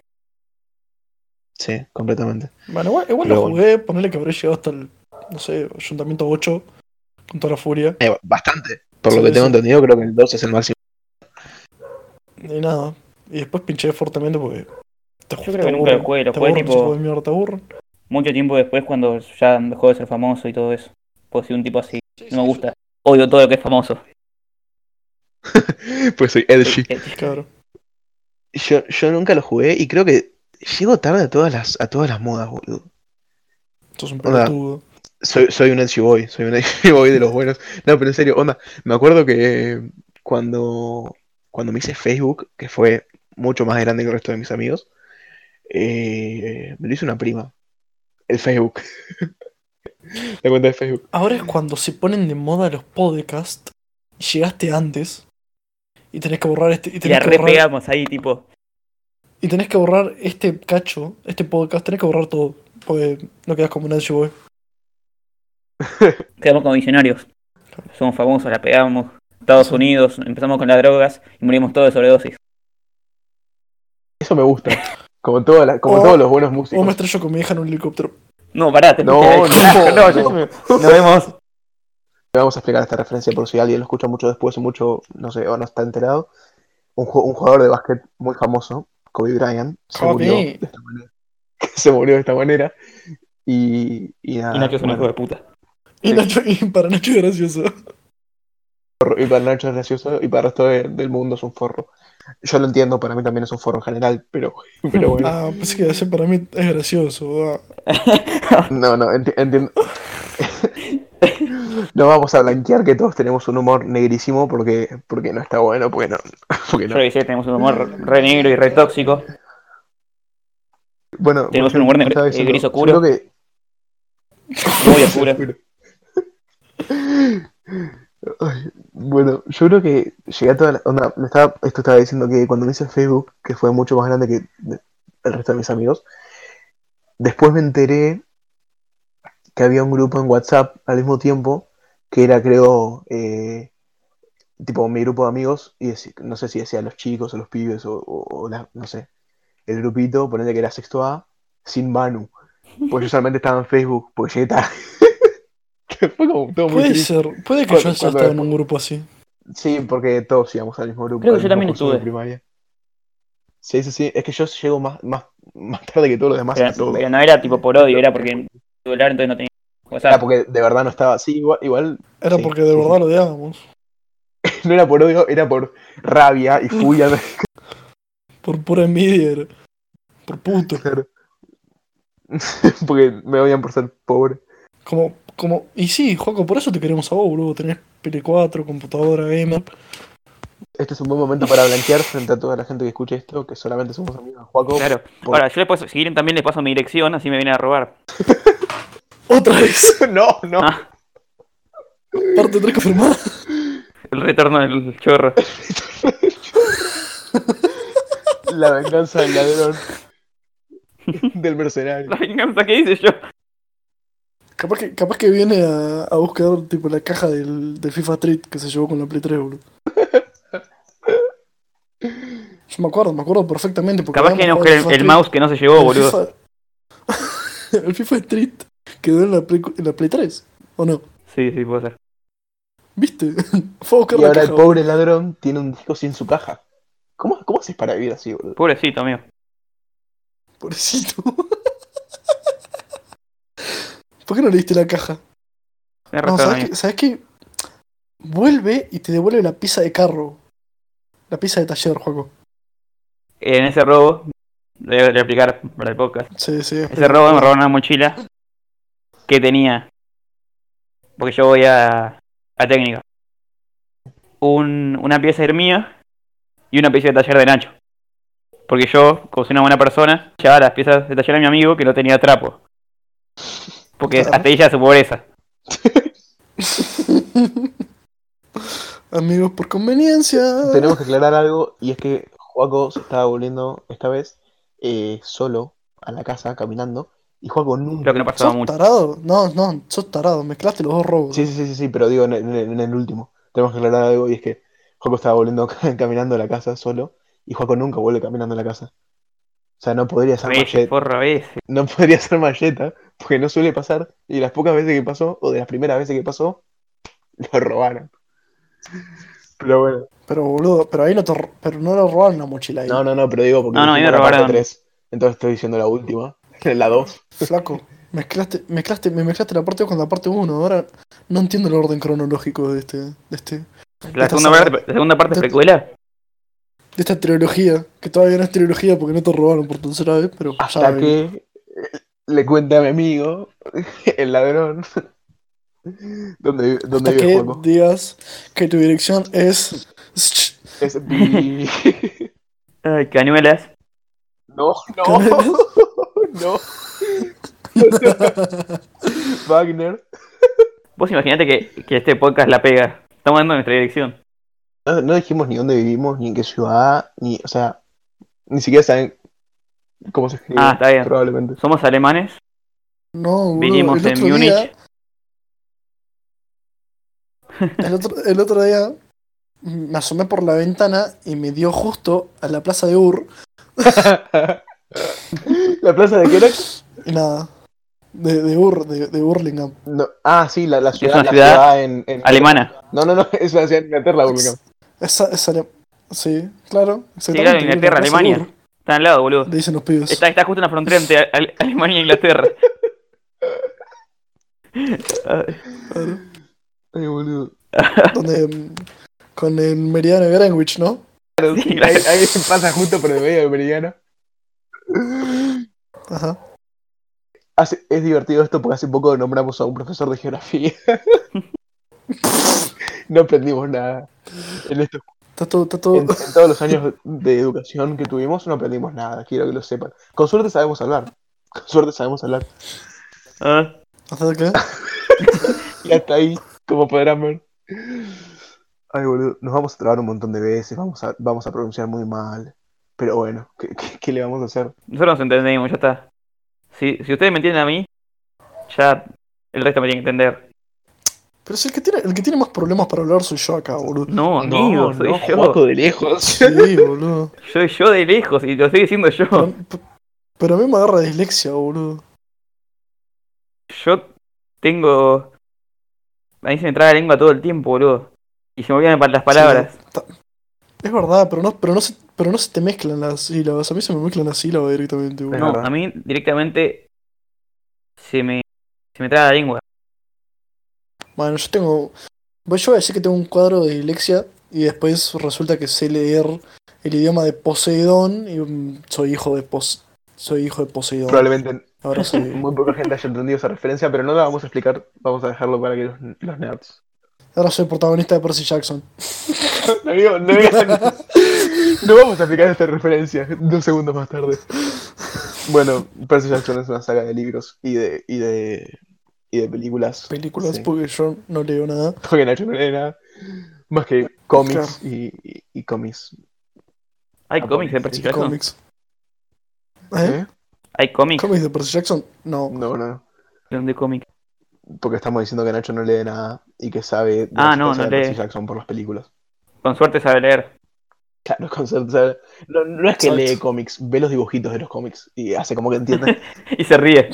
S1: sí, completamente.
S3: Bueno, igual, igual
S1: Pero
S3: lo
S1: bueno.
S3: jugué, ponerle que habré llegado hasta el, no sé, Ayuntamiento 8, con toda la furia.
S1: Eh, bastante. Por lo
S3: Sí,
S1: que tengo
S3: sí.
S1: entendido, creo que el 2 es el máximo.
S3: Y nada. Y después pinché fuertemente porque. Te ju-
S2: Yo creo
S3: te
S2: que nunca
S3: aburre,
S2: lo jugué, lo
S3: te
S2: jugué
S3: aburre,
S2: tipo-
S3: ese juego de mierda, te aburre.
S2: Mucho tiempo después, cuando ya dejó de ser famoso y todo eso. Pues soy un tipo así. No me gusta. Odio todo lo que es famoso.
S1: Pues soy edgy.
S2: Eh,
S3: Claro.
S1: Eh, Yo, yo nunca lo jugué y creo que llego tarde a todas las, a todas las modas, boludo.
S3: Sos un
S1: Hola.
S3: pelotudo.
S1: Soy, soy un edgy boy, soy un edgy boy de los buenos. No, pero en serio, onda, me acuerdo que eh, cuando, cuando me hice Facebook, que fue mucho más grande que el resto de mis amigos, eh, me lo hizo una prima. El Facebook. La cuenta de Facebook.
S3: Ahora es cuando se ponen de moda los podcasts. y Llegaste antes. Y tenés que borrar este. Y
S2: Y la
S3: tenés, que borrar,
S2: repegamos ahí, tipo.
S3: y tenés que borrar este cacho, este podcast, tenés que borrar todo. Porque no quedas como un Nancy Boy.
S2: Quedamos como visionarios. Somos famosos, la pegamos. Estados Unidos, empezamos con las drogas y morimos todos de sobredosis.
S1: Eso me gusta. Como, toda la- como
S3: O-
S1: todos los buenos
S3: O me
S1: músicos.
S3: estrello con mi hija en un helicóptero.
S2: No, pará, te eh.
S1: No,
S2: fuiste al
S1: no,
S2: carajo,
S1: no.
S2: yo- Nos vemos.
S1: Le vamos a explicar esta referencia por si alguien lo escucha mucho después o mucho, no sé, o no está enterado. Un, ju- un jugador de básquet muy famoso, Kobe Bryant, se
S3: Kobe.
S1: murió de esta manera. se murió de esta manera. Y, y nada,
S5: Y Nacho es un
S1: bueno,
S5: hijo de puta.
S3: Y, Nacho, y para Nacho es gracioso.
S1: forro. Y para Nacho es gracioso y para el resto de- del mundo es un forro. Yo lo entiendo, para mí también es un forro en general, pero, pero bueno.
S3: Ah, pensé que iba a decir, para mí es gracioso. ah.
S1: No, no, enti- entiendo. No vamos a blanquear que todos tenemos un humor negrísimo porque, porque no está bueno, porque no. Porque
S2: Yo
S1: no.
S2: creo que sí, tenemos un humor re negro y re tóxico.
S1: Bueno,
S2: tenemos
S1: porque
S2: un humor negro-
S1: estaba
S2: eh,
S1: diciendo,
S2: gris
S1: yo
S2: oscuro.
S1: creo que-
S2: Muy oscura.
S1: Ay, Bueno, yo creo que llegué a toda la onda. Me estaba, esto estaba diciendo que cuando me hice Facebook, que fue mucho más grande que el resto de mis amigos, después me enteré que había un grupo en WhatsApp al mismo tiempo, que era, creo, eh, tipo mi grupo de amigos, y decí- no sé si decía los chicos o los pibes o, o- o la- no sé, el grupito, ponele que era sexto A, sin Manu. Pues yo solamente estaba en Facebook, porque llegué tarde. Fue como todo muy
S3: Puede
S1: triste.
S3: ser, puede que
S1: Cuando-
S3: yo haya
S1: cuando-
S3: estado en un grupo así.
S1: Sí, porque todos íbamos al mismo grupo.
S2: Creo que
S1: al
S2: yo
S1: mismo
S2: también
S1: curso de
S2: estuve.
S1: primaria. Sí, sí, sí. Es que yo llego más, más, más tarde que todos los demás
S2: Pero,
S1: a todo.
S2: pero no era tipo por odio, era porque celular entonces no tenía
S1: Era
S2: WhatsApp.
S1: Ah, porque de verdad no estaba. Sí, igual, igual
S3: Era
S1: Sí,
S3: porque de
S1: sí,
S3: verdad lo odiábamos.
S1: no era por odio, era por rabia y furia.
S3: Por pura envidia era. Por puto.
S1: Claro. Porque me odian por ser pobre.
S3: Como, como. Y sí, Joaco, por eso te queremos a vos, boludo. Tenés Play4, computadora, gamer.
S1: Este es un buen momento para blanquear frente a toda la gente que escucha esto, que solamente somos amigos de Juaco.
S2: Claro. Ahora, yo les paso, si quieren también les paso mi dirección, así me vienen a robar.
S3: Otra vez.
S1: No, no.
S2: Ah.
S3: Parte 3 confirmada.
S2: El retorno del chorro.
S1: La venganza del ladrón. Del mercenario.
S2: La venganza que hice yo.
S3: Capaz que, capaz que viene a, a buscar tipo la caja del, del FIFA Street que se llevó con la Play 3, boludo. Yo me acuerdo, me acuerdo perfectamente. Porque
S2: Capaz que no
S3: habíamos jugado al
S2: el,
S3: FIFA
S2: el
S3: Street.
S2: mouse que no se llevó,
S3: El
S2: boludo.
S3: FIFA- el FIFA Street quedó en la, Play, cu- en la Play 3, ¿o no?
S2: Sí, sí, puede ser.
S3: ¿Viste? Fue a buscar
S1: Y
S3: la
S1: ahora el
S3: caja.
S1: pobre ladrón tiene un disco sin su caja. ¿Cómo, cómo haces para vivir así, boludo?
S2: Pobrecito mío.
S3: Pobrecito. ¿Por qué no le diste la caja?
S2: Tenés
S3: No,
S2: razón,
S3: ¿sabes
S2: amigo.
S3: qué? ¿sabes qué? Vuelve y te devuelve la pieza de carro. La pieza de taller, Juaco.
S2: En ese robo, le voy a explicar para el podcast.
S3: Sí, sí.
S2: Ese robo me robaron una mochila que tenía. Porque yo voy a, a técnica. Un, una pieza de mía y una pieza de taller de Nacho. Porque yo, como soy una buena persona, llevaba las piezas de taller a mi amigo que no tenía trapo. Porque
S3: Claro.
S2: hasta ella su pobreza.
S3: Amigos por conveniencia.
S1: Tenemos que aclarar algo, y es que Juaco se estaba volviendo esta vez eh, solo a la casa caminando, y Juaco nunca.
S2: Lo que no pasaba
S3: ¿Sos
S2: mucho.
S3: tarado? No, no, sos tarado. Mezclaste los dos robos.
S1: Sí, sí, sí, sí, sí, pero digo en el, en el- en el último. Tenemos que aclarar algo, y es que Juaco estaba volviendo caminando a la casa solo, y Juaco nunca vuelve caminando a la casa. O sea, no podría ser
S2: Veces,
S1: macheta,
S2: porra, veces.
S1: no podría ser malleta, porque no suele pasar, y de las pocas veces que pasó, o de las primeras veces que pasó, lo robaron. Pero bueno.
S3: Pero boludo, pero ahí no te ro- pero no le robaron la mochila ahí.
S1: No, no, no, pero digo porque
S2: No, no, a mí
S1: dijimos
S2: me
S1: la parte
S2: robaron.
S1: tres. Entonces estoy diciendo la última, la 2.
S3: Flaco. Mezclaste, mezclaste, me mezclaste la parte 2 con la parte 1. Ahora no entiendo el orden cronológico de este, de este, de
S2: La
S3: Esta
S2: segunda
S3: saga-
S2: parte, la segunda parte es
S3: esta-
S2: precuela.
S3: esta trilogía, que todavía no es trilogía porque no te robaron por tercera vez, pero ya
S1: Hasta
S3: la vi.
S1: que eh, le cuenta a mi amigo, el ladrón, dónde, vive- dónde vive
S3: hasta que
S1: Juaco.
S3: digas que tu dirección es
S1: Es mi-
S2: Ay, canuelas.
S1: No, no,
S3: ¿Canales?
S1: no. Wagner.
S2: Vos imaginate que, que este podcast la pega. Estamos dando nuestra dirección.
S1: No, no dijimos ni dónde vivimos, ni en qué ciudad, ni, o sea, ni siquiera saben cómo se escribe,
S2: Ah, está bien.
S1: probablemente.
S2: Somos alemanes.
S3: No, boludo,
S2: Vinimos
S3: el
S2: en
S3: otro día,
S2: Múnich.
S3: El otro, el otro día me asomé por la ventana y me dio justo a la plaza de Ur
S1: ¿La plaza de qué era?
S3: y nada. De, de Ur, de, de Burlingame.
S1: No, Ah, sí, la, la ciudad,
S5: una
S1: la
S5: ciudad
S1: ciudad en, en-
S5: Alemana.
S1: No, no, no, es la ciudad de Inglaterra, Birmingham.
S3: Esa, esa era- Sí, claro.
S5: Sí, claro,
S3: exactamente,
S5: Inglaterra,
S3: la plaza de
S5: Alemania. Está al lado, boludo.
S3: Ur, le dicen los pibes.
S5: Está, está justo en la frontera entre Ale- Alemania e Inglaterra.
S3: Claro.
S1: Ay, boludo.
S3: Donde, mm, con el meridiano de Greenwich, ¿no?
S1: Claro,
S5: Sí,
S1: sí,
S5: claro.
S1: ahí, ahí pasa justo por el medio del meridiano.
S3: Ajá.
S1: Hace- es divertido esto porque hace poco nombramos a un profesor de geografía. no aprendimos nada. En, esto-
S3: Está todo, está todo.
S1: en- en todos los años de educación que tuvimos no aprendimos nada, quiero que lo sepan. Con suerte sabemos hablar. Con suerte sabemos hablar.
S5: Ah,
S3: ¿Hasta qué?
S1: Y hasta ahí, como podrán ver. Ay, boludo, nos vamos a trabar un montón de veces, vamos a, vamos a pronunciar muy mal. Pero bueno, ¿qué, qué- qué le vamos a hacer?
S5: nosotros nos entendemos, ya está. Si, si ustedes me entienden a mí, ya el resto me tienen que entender.
S3: Pero si el que tiene, el que tiene más problemas para hablar soy yo acá, boludo.
S5: Oh, No, amigo, soy yo.
S1: Juaco de lejos.
S3: Sí, boludo.
S5: Soy yo de lejos y lo estoy diciendo yo.
S3: Pero, pero a mí me agarra dislexia, boludo.
S5: Yo tengo. A mí se me traga la lengua todo el tiempo, boludo. Y se me olvidan pa- las palabras.
S3: Es verdad, pero no, pero no se, pero no se te mezclan las sílabas. A mí se me mezclan las sílabas directamente, boludo.
S5: No,
S1: verdad.
S5: a mí directamente se me, se me traga la lengua.
S3: Bueno, yo tengo. Bueno, yo voy a decir que tengo un cuadro de dislexia y después resulta que sé leer el idioma de Poseidón y mm, soy hijo de Pos... soy hijo de Poseidón.
S1: Probablemente
S3: Ahora soy.
S1: muy poca gente haya entendido esa referencia, pero no la vamos a explicar, vamos a dejarlo para que los, los nerds.
S3: Ahora soy protagonista de Percy Jackson.
S1: No, digo, no, digan- no vamos a explicar esta referencia dos segundos más tarde. Bueno, Percy Jackson es una saga de libros y de, y de, y de películas.
S3: Películas
S1: Sí.
S3: porque yo no leo nada.
S1: Porque Nacho no lee nada más que cómics y, y- y cómics.
S5: ¿Hay
S1: Ah,
S5: cómics de
S1: pobre,
S5: Percy
S3: Y
S5: Jackson?
S3: cómics. ¿Eh?
S1: ¿Eh?
S5: ¿Hay cómics?
S3: ¿Cómics de Percy Jackson? No.
S1: No, no.
S5: ¿Dónde cómics?
S1: Porque estamos diciendo que Nacho no lee nada y que sabe de
S5: Ah,
S1: las
S5: no,
S1: cosas
S5: no
S1: de Percy
S5: lee.
S1: Jackson por las películas.
S5: Con suerte sabe leer.
S1: Claro, con certeza. No, no es que
S3: Exacto.
S1: lee cómics, ve los dibujitos de los cómics y hace como que entiende.
S5: Y se ríe.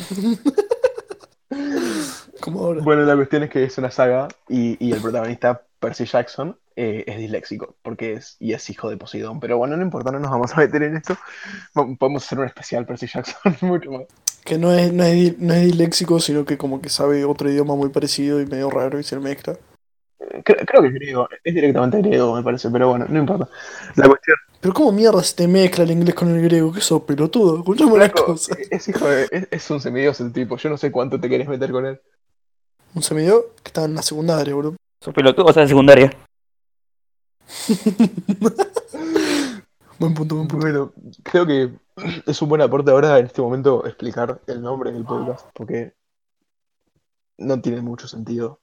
S3: Como ahora.
S1: bueno, la cuestión es que es una saga y, y el protagonista, Percy Jackson, eh, es disléxico porque es, y es hijo de Poseidón. Pero bueno, no importa, no nos vamos a meter en esto. Vamos- Podemos hacer un especial Percy Jackson mucho más.
S3: Que no es, no, es, di- no es disléxico, sino que como que sabe otro idioma muy parecido y medio raro y se mezcla.
S1: Creo, creo que es griego, es directamente griego, me parece, pero bueno, no importa. La cuestión
S3: Pero ¿cómo mierda se te mezcla el inglés con el griego? ¿Qué sos, pelotudo? Escuchame las
S1: Flaco,
S3: cosas.
S1: es hijo de- es, es un semidios el tipo, yo no sé cuánto te querés meter con él.
S3: Un semidios que estaba en la secundaria, boludo.
S5: ¿Sos pelotudo o sea, secundaria?
S3: Buen punto, buen punto.
S1: Bueno, creo que es un buen aporte ahora en este momento explicar el nombre del podcast, porque no tiene mucho sentido.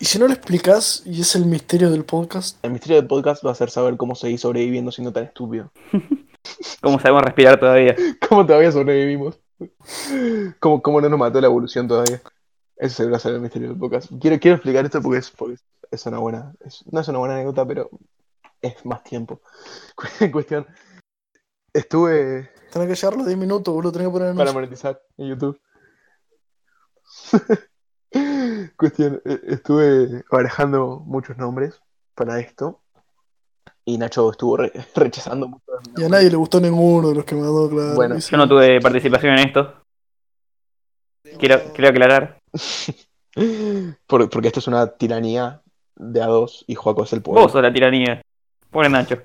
S3: Y si no lo explicas, y es el misterio del podcast,
S1: El misterio del podcast va a ser saber cómo seguís sobreviviendo siendo tan estúpido.
S5: ¿Cómo sabemos respirar todavía?
S1: ¿Cómo todavía sobrevivimos? ¿Cómo, cómo no nos mató la evolución todavía? Ese va a ser el misterio del podcast. Quiero, quiero explicar esto porque es, porque es una buena. es- no es una buena anécdota, pero es más tiempo. En cuestión. Estuve
S3: tenés que llegar los 10 minutos, boludo, tenés que poner
S1: para
S3: anuncio.
S1: monetizar en YouTube. Cuestión, eh, estuve barajando muchos nombres para esto. Y Nacho estuvo re- rechazando muchos de mis
S3: Y a
S1: nombres.
S3: nadie le gustó ninguno de los que me mandó, claro.
S1: Bueno,
S3: y sí.
S5: Yo no tuve participación en esto. Quiero, quiero aclarar.
S1: Por- porque esto es una tiranía de a dos y Joaco es el
S5: Vos
S1: pueblo.
S5: sos la tiranía. Pobre Nacho.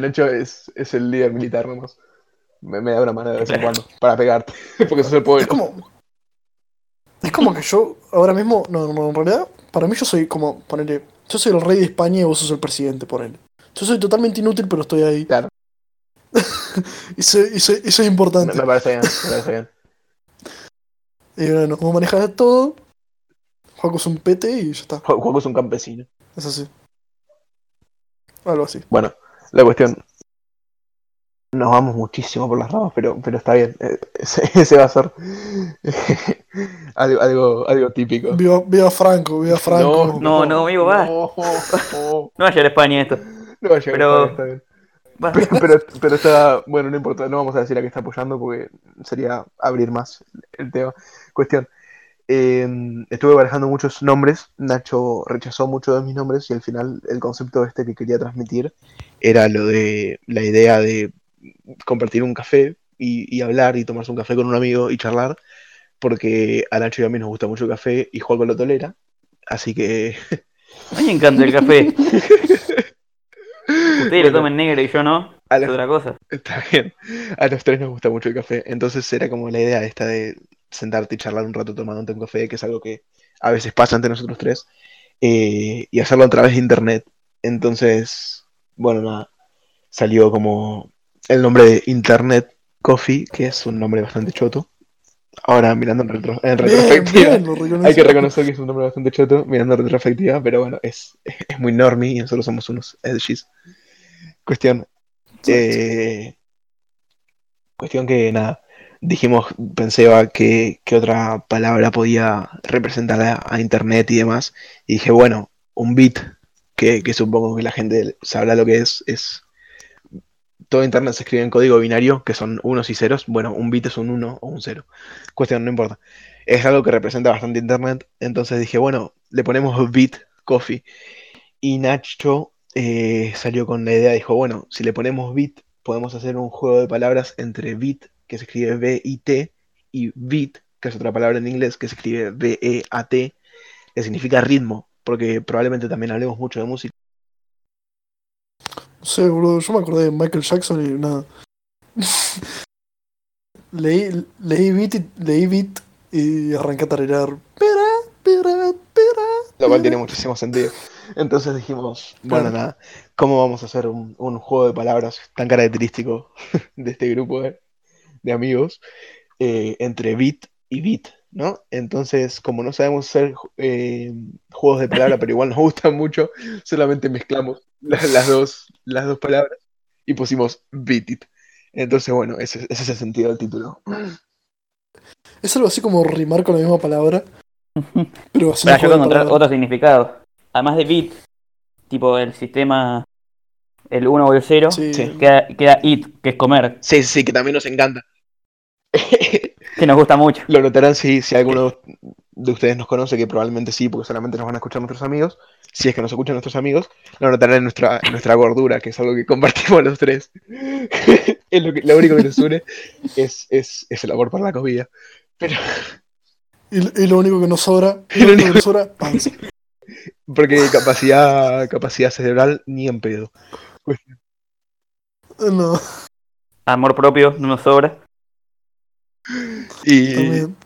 S1: Nacho es, es el líder militar nomás. Me, me da una mano de vez en cuando para pegarte, porque sos el
S3: Es
S1: pueblo.
S3: como. Es como que yo ahora mismo. No, no, en realidad, para mí yo soy como. Ponele. Yo soy el rey de España y vos sos el presidente, ponele. Yo soy totalmente inútil, pero estoy ahí.
S1: Claro.
S3: y, soy, y, soy, y soy
S1: Me,
S3: importante.
S1: me parece bien, me parece bien.
S3: Y bueno, vos manejás todo. Juaco es un pete y ya está.
S1: Jo- Joaco es un campesino.
S3: Es así. Algo así.
S1: Bueno, la cuestión. Nos vamos muchísimo por las ramas, pero, pero está bien. eh, Ese, ese va a ser. Algo, algo, algo típico.
S3: Viva, viva Franco, viva Franco.
S5: no, no, amigo, va.
S1: No, no,
S5: No va a llegar a España esto.
S1: no va a llegar,
S5: Pero-
S1: está bien,
S5: Va.
S1: está bien. Pero, pero está, bueno, no importa, no vamos a decir a qué está apoyando porque sería abrir más el tema. Cuestión. eh, estuve barajando muchos nombres, Nacho rechazó muchos de mis nombres y al final el concepto este que quería transmitir era lo de la idea de compartir un café y, y hablar y tomarse un café con un amigo y charlar, porque a Nacho y a mí nos gusta mucho el café y Juanjo lo tolera, así que
S5: A mí me encanta el café. Ustedes
S1: Bueno.
S5: lo toman negro y yo no.
S1: a
S5: Es
S1: los-
S5: otra cosa.
S1: Está bien. A los tres nos gusta mucho el café. Entonces era como la idea esta de sentarte y charlar un rato tomándote un café, que es algo que a veces pasa entre nosotros tres, eh, y hacerlo a través de internet. Entonces, bueno, nada, salió como el nombre de Internet Coffee, que es un nombre bastante choto. Ahora mirando en, retro- en
S3: Bien,
S1: retrospectiva,
S3: bien, lo reconocí.
S1: hay que reconocer que es un nombre bastante choto, mirando en retrospectiva, pero bueno, es, es muy normie y nosotros somos unos edgys. Cuestión,
S3: Sí,
S1: eh, cuestión que nada, dijimos, pensé va, que, que otra palabra podía representar a, a internet y demás. Y dije, bueno, un bit, que, que supongo que la gente sabrá lo que es, es todo internet se escribe en código binario, que son unos y ceros. Bueno, un bit es un 1 o un 0. Cuestión, no importa. Es algo que representa bastante internet. Entonces dije, bueno, le ponemos bit coffee. Y Nacho eh, salió con la idea, dijo, bueno, si le ponemos bit, podemos hacer un juego de palabras entre bit, que se escribe B-I-T, y beat, que es otra palabra en inglés que se escribe B-E-A-T, que significa ritmo, porque probablemente también hablemos mucho de música.
S3: No sé, boludo, yo me acordé de Michael Jackson y nada. leí, leí beat y, leí beat y arranqué a tararear. Pera, pera, pera.
S1: Lo cual tiene muchísimo sentido. Entonces dijimos, bueno,
S3: Claro.
S1: nada, ¿cómo vamos a hacer un, un juego de palabras tan característico de este grupo de, de amigos eh, entre bit y bit, ¿no? Entonces, como no sabemos hacer eh, juegos de palabras, pero igual nos gustan mucho, solamente mezclamos la- las, dos, las dos palabras y pusimos beat it. Entonces, bueno, ese, ese es el sentido del título.
S3: Es algo así como rimar con la misma palabra. Pero así
S5: Para yo puedo encontrar otro significado. Además de bit, tipo el sistema, el 1 o el 0,
S3: Sí.
S1: Sí.
S5: queda, queda it, que es comer,
S1: Sí, sí, que también nos encanta.
S5: que nos gusta mucho.
S1: Lo notarán si, si alguno de ustedes nos conoce, que probablemente sí, porque solamente nos van a escuchar nuestros amigos. Si es que nos escuchan nuestros amigos, lo notarán en nuestra, en nuestra gordura, que es algo que compartimos los tres. es lo, que- lo único que nos une es, es, es el amor por la comida. Pero,
S3: Y, y lo único que nos sobra,
S1: Y lo
S3: lo único
S1: único-
S3: que nos sobra, panza.
S1: porque capacidad, capacidad cerebral ni en pedo.
S3: No,
S5: Amor propio, no nos sobra.
S1: Y,
S3: también.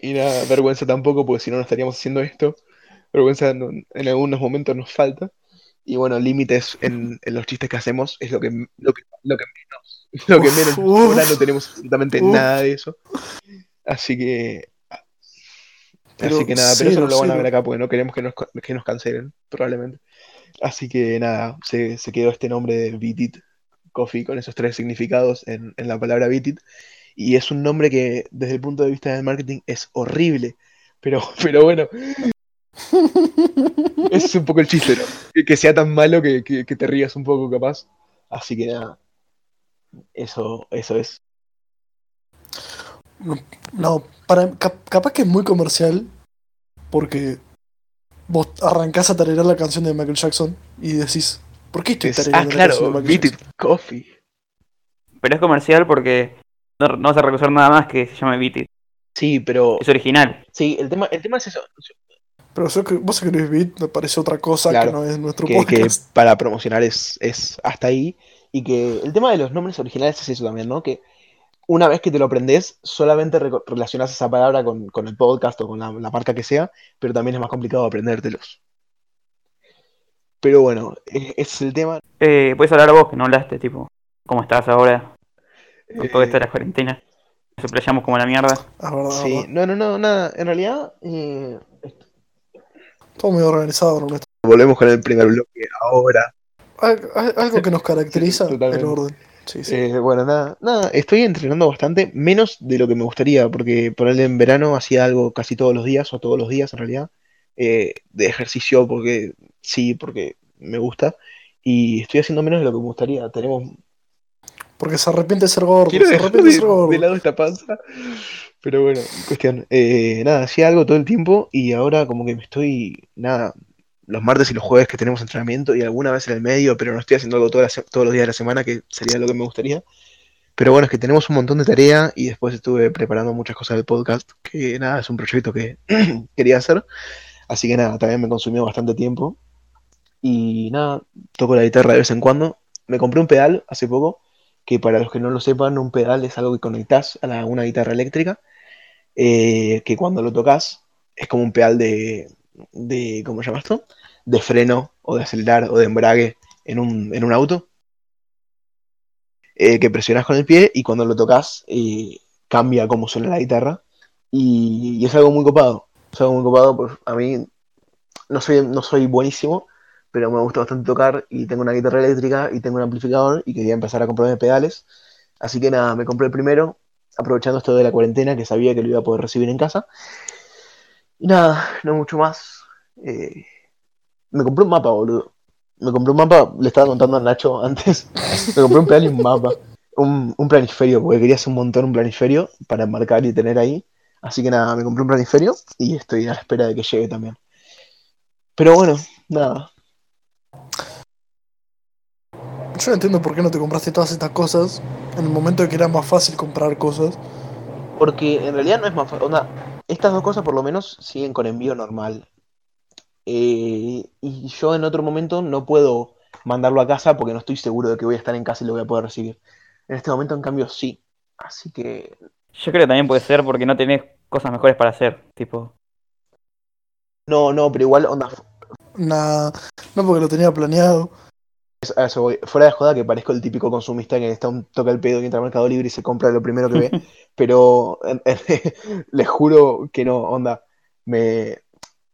S1: y nada, vergüenza tampoco, porque si no, no estaríamos haciendo esto. Vergüenza no- en algunos momentos nos falta. Y bueno, límites en, en los chistes que hacemos es lo que, lo que, lo que menos, lo que
S3: Uf,
S1: menos nos
S3: uf.
S1: sobra, no tenemos absolutamente
S3: Uf.
S1: nada de eso. Así que. así
S3: Pero
S1: que nada, pero eso
S3: cero,
S1: no lo van a
S3: cero.
S1: ver acá porque no queremos que nos, ca- que nos cancelen, probablemente. Así que nada, se, se quedó este nombre de Beat It Coffee con esos tres significados en, en la palabra Beat It. Y es un nombre que, desde el punto de vista del marketing, es horrible. Pero, pero bueno, ese es un poco el chiste, ¿no? Que, que sea tan malo que, que- que te rías un poco, capaz. Así que nada, eso, eso es.
S3: No, para, cap- capaz que es muy comercial. Porque vos arrancás a tararear la canción de Michael Jackson y decís, ¿por qué estoy
S1: Es-
S3: tarareando
S1: ah,
S3: la
S1: claro,
S3: canción de Michael
S1: Beat It Coffee.
S5: Pero es comercial porque no, no vas a recusar nada más que se llame bit. It.
S1: Sí, pero
S5: Es original.
S1: sí, el tema, el tema es eso.
S3: Jackson? Pero yo, que- vos escribís beat, me parece otra cosa
S1: Claro,
S3: que no es nuestro
S1: que, que
S3: podcast.
S1: para promocionar es, es hasta ahí. Y que el tema de los nombres originales es eso también, ¿no? Que una vez que te lo aprendes, solamente reco- relacionás esa palabra con, con el podcast o con la, la marca que sea, pero también es más complicado aprendértelos. Pero bueno, e- ese es el tema.
S5: Eh, puedes hablar a vos que no hablaste, tipo, ¿cómo estás ahora? Con todo
S1: Eh,
S5: esto de la cuarentena. Nos playamos como la mierda.
S3: Ah, verdad,
S1: sí,
S3: verdad.
S1: no, no, no, nada. En realidad, eh,
S3: Todo medio organizado. ¿no?
S1: volvemos con el primer bloque ahora.
S3: Al- al- Algo que nos caracteriza,
S1: Sí, totalmente.
S3: el orden. Sí, sí.
S1: Eh, bueno, nada, nada, estoy entrenando bastante, menos de lo que me gustaría, porque por él en verano hacía algo casi todos los días, o todos los días en realidad, eh, de ejercicio, porque sí, porque me gusta, y estoy haciendo menos de lo que me gustaría. Tenemos.
S3: Porque se arrepiente de ser gordo.
S1: Quiero
S3: Se
S1: dejar
S3: arrepiente de ser
S1: de,
S3: gordo.
S1: de lado esta panza, pero bueno, cuestión. Eh, nada, hacía algo todo el tiempo, y ahora como que me estoy, nada, los martes y los jueves que tenemos entrenamiento, y alguna vez en el medio, pero no estoy haciendo algo toda la se- todos los días de la semana, que sería lo que me gustaría. Pero bueno, es que tenemos un montón de tarea y después estuve preparando muchas cosas del podcast, que nada, es un proyecto que quería hacer. Así que nada, también me consumió bastante tiempo. Y nada, toco la guitarra de vez en cuando. Me compré un pedal hace poco, que para los que no lo sepan, un pedal es algo que conectás a la- una guitarra eléctrica, eh, que cuando lo tocas es como un pedal de, de ¿cómo se llama esto? De freno o de acelerar o de embrague en un, en un auto eh, que presionas con el pie y cuando lo tocas eh, cambia cómo suena la guitarra y, y es algo muy copado. Es algo muy copado, pues a mí no soy, no soy buenísimo, pero me gusta bastante tocar y tengo una guitarra eléctrica y tengo un amplificador y quería empezar a comprarme pedales. Así que nada, me compré el primero, aprovechando esto de la cuarentena que sabía que lo iba a poder recibir en casa. Y nada, no mucho más. Eh, me compré un mapa, boludo. Me compré un mapa, le estaba contando a Nacho antes. Me compré un pedal y un mapa. Un, un planiferio, porque quería hacer un montón un planiferio para marcar y tener ahí. Así que nada, me compré un planiferio y estoy a la espera de que llegue también. Pero bueno, nada.
S3: Yo no entiendo por qué no te compraste todas estas cosas en el momento en que era más fácil comprar cosas.
S1: Porque en realidad no es más fácil. estas dos cosas por lo menos siguen con envío normal. Eh, y yo en otro momento no puedo mandarlo a casa porque no estoy seguro de que voy a estar en casa y lo voy a poder recibir. En este momento, en cambio, sí. Así que
S5: Yo creo que también puede ser porque no tenés cosas mejores para hacer. Tipo,
S1: no, no, pero igual, onda,
S3: Nada. No porque lo tenía planeado.
S1: Es- a eso voy. Fuera de joda que parezco el típico consumista que está un toca el pedo que entra al Mercado Libre y se compra lo primero que ve, pero en- en- les juro que no, onda, me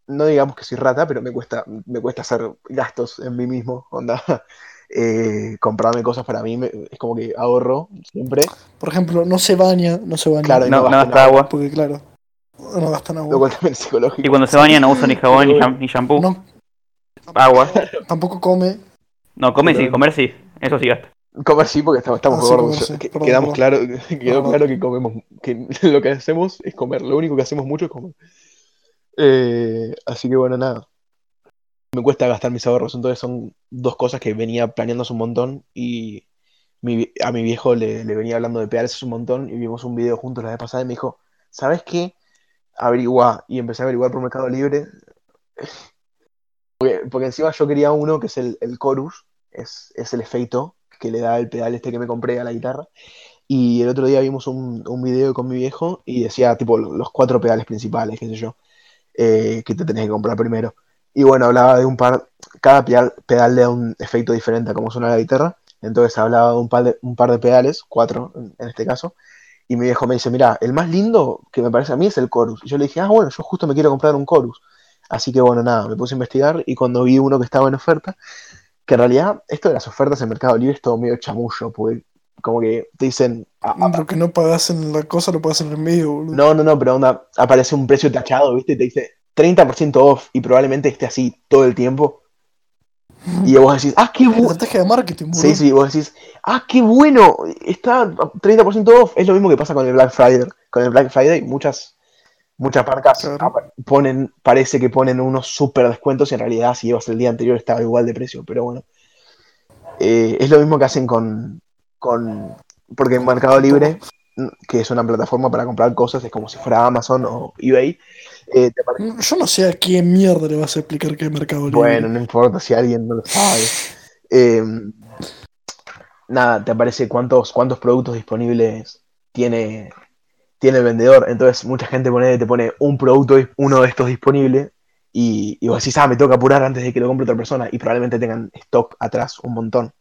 S1: no digamos que soy rata, pero me cuesta me cuesta hacer gastos en mí mismo, onda. Eh, comprarme cosas para mí me- es como que ahorro siempre.
S3: Por ejemplo, no se baña, no se baña.
S1: Claro, y
S5: no, no
S1: gasta
S5: gasta
S1: nada,
S5: agua.
S3: Porque claro, no gastan
S1: Lo
S3: agua.
S1: cual también es psicológico.
S5: Y cuando se baña no usa ni jabón ni, jam- ni shampoo.
S3: No,
S5: Agua.
S3: tampoco come.
S5: No, come sí,
S1: Pero-
S5: comer sí. Eso sí gasta.
S1: Comer sí, porque estamos, estamos
S3: Ah, sí,
S1: gordos.
S3: comer sí.
S1: Que-
S3: Perdón,
S1: quedamos claro, quedó
S3: Perdón.
S1: claro que comemos, que lo que hacemos es comer, lo único que hacemos mucho es comer. Eh, así que bueno, nada. Me cuesta gastar mis ahorros, entonces son dos cosas que venía planeando hace un montón y mi vie- a mi viejo le, le venía hablando de pedales hace un montón y vimos un video juntos la vez pasada y me dijo, ¿sabes qué? Averigua. Y empecé a averiguar por Mercado Libre. Porque, porque encima yo quería uno que es el, el chorus, es, es el efecto que le da el pedal este que me compré a la guitarra. Y el otro día vimos un, un video con mi viejo y decía, tipo, lo- los cuatro pedales principales, qué sé yo, eh, que te tenés que comprar primero. Y bueno, hablaba de un par, cada pedal, pedal le da un efecto diferente a cómo suena la guitarra. Entonces hablaba de un par de, un par de pedales, cuatro en, en este caso. Y mi viejo me dice, mira, el más lindo que me parece a mí es el chorus. Y yo le dije, ah, bueno, yo justo me quiero comprar un chorus. Así que bueno, nada, me puse a investigar y cuando vi uno que estaba en oferta, que en realidad esto de las ofertas en Mercado Libre es todo medio chamullo, porque como que te dicen, "Ah, ah,
S3: Lo que no pagas en la cosa lo pagas en el medio, boludo.
S1: no, no, no, pero onda, aparece un precio tachado, ¿viste? Y te dice 30% off y probablemente esté así todo el tiempo. Y vos decís, ah, qué bueno.
S3: Estrategia de marketing, boludo.
S1: Sí, sí, vos decís, ah, qué bueno, está a 30% off. Es lo mismo que pasa con el Black Friday. Con el Black Friday muchas, muchas marcas
S3: Claro.
S1: apa- ponen, parece que ponen unos super descuentos y en realidad si llevas el día anterior estaba igual de precio, pero bueno. Eh, es lo mismo que hacen con, con porque en Mercado Libre, que es una plataforma para comprar cosas, es como si fuera Amazon o eBay. eh, te pare-
S3: Yo no sé a quién mierda le vas a explicar qué es Mercado Libre.
S1: bueno, no importa si alguien no lo sabe. Eh, nada, te aparece cuántos, cuántos productos disponibles tiene, tiene el vendedor. Entonces, mucha gente pone, te pone un producto, dis- uno de estos disponible. Y, y vos decís, ah, me tengo que apurar antes de que lo compre otra persona. Y probablemente tengan stock atrás un montón.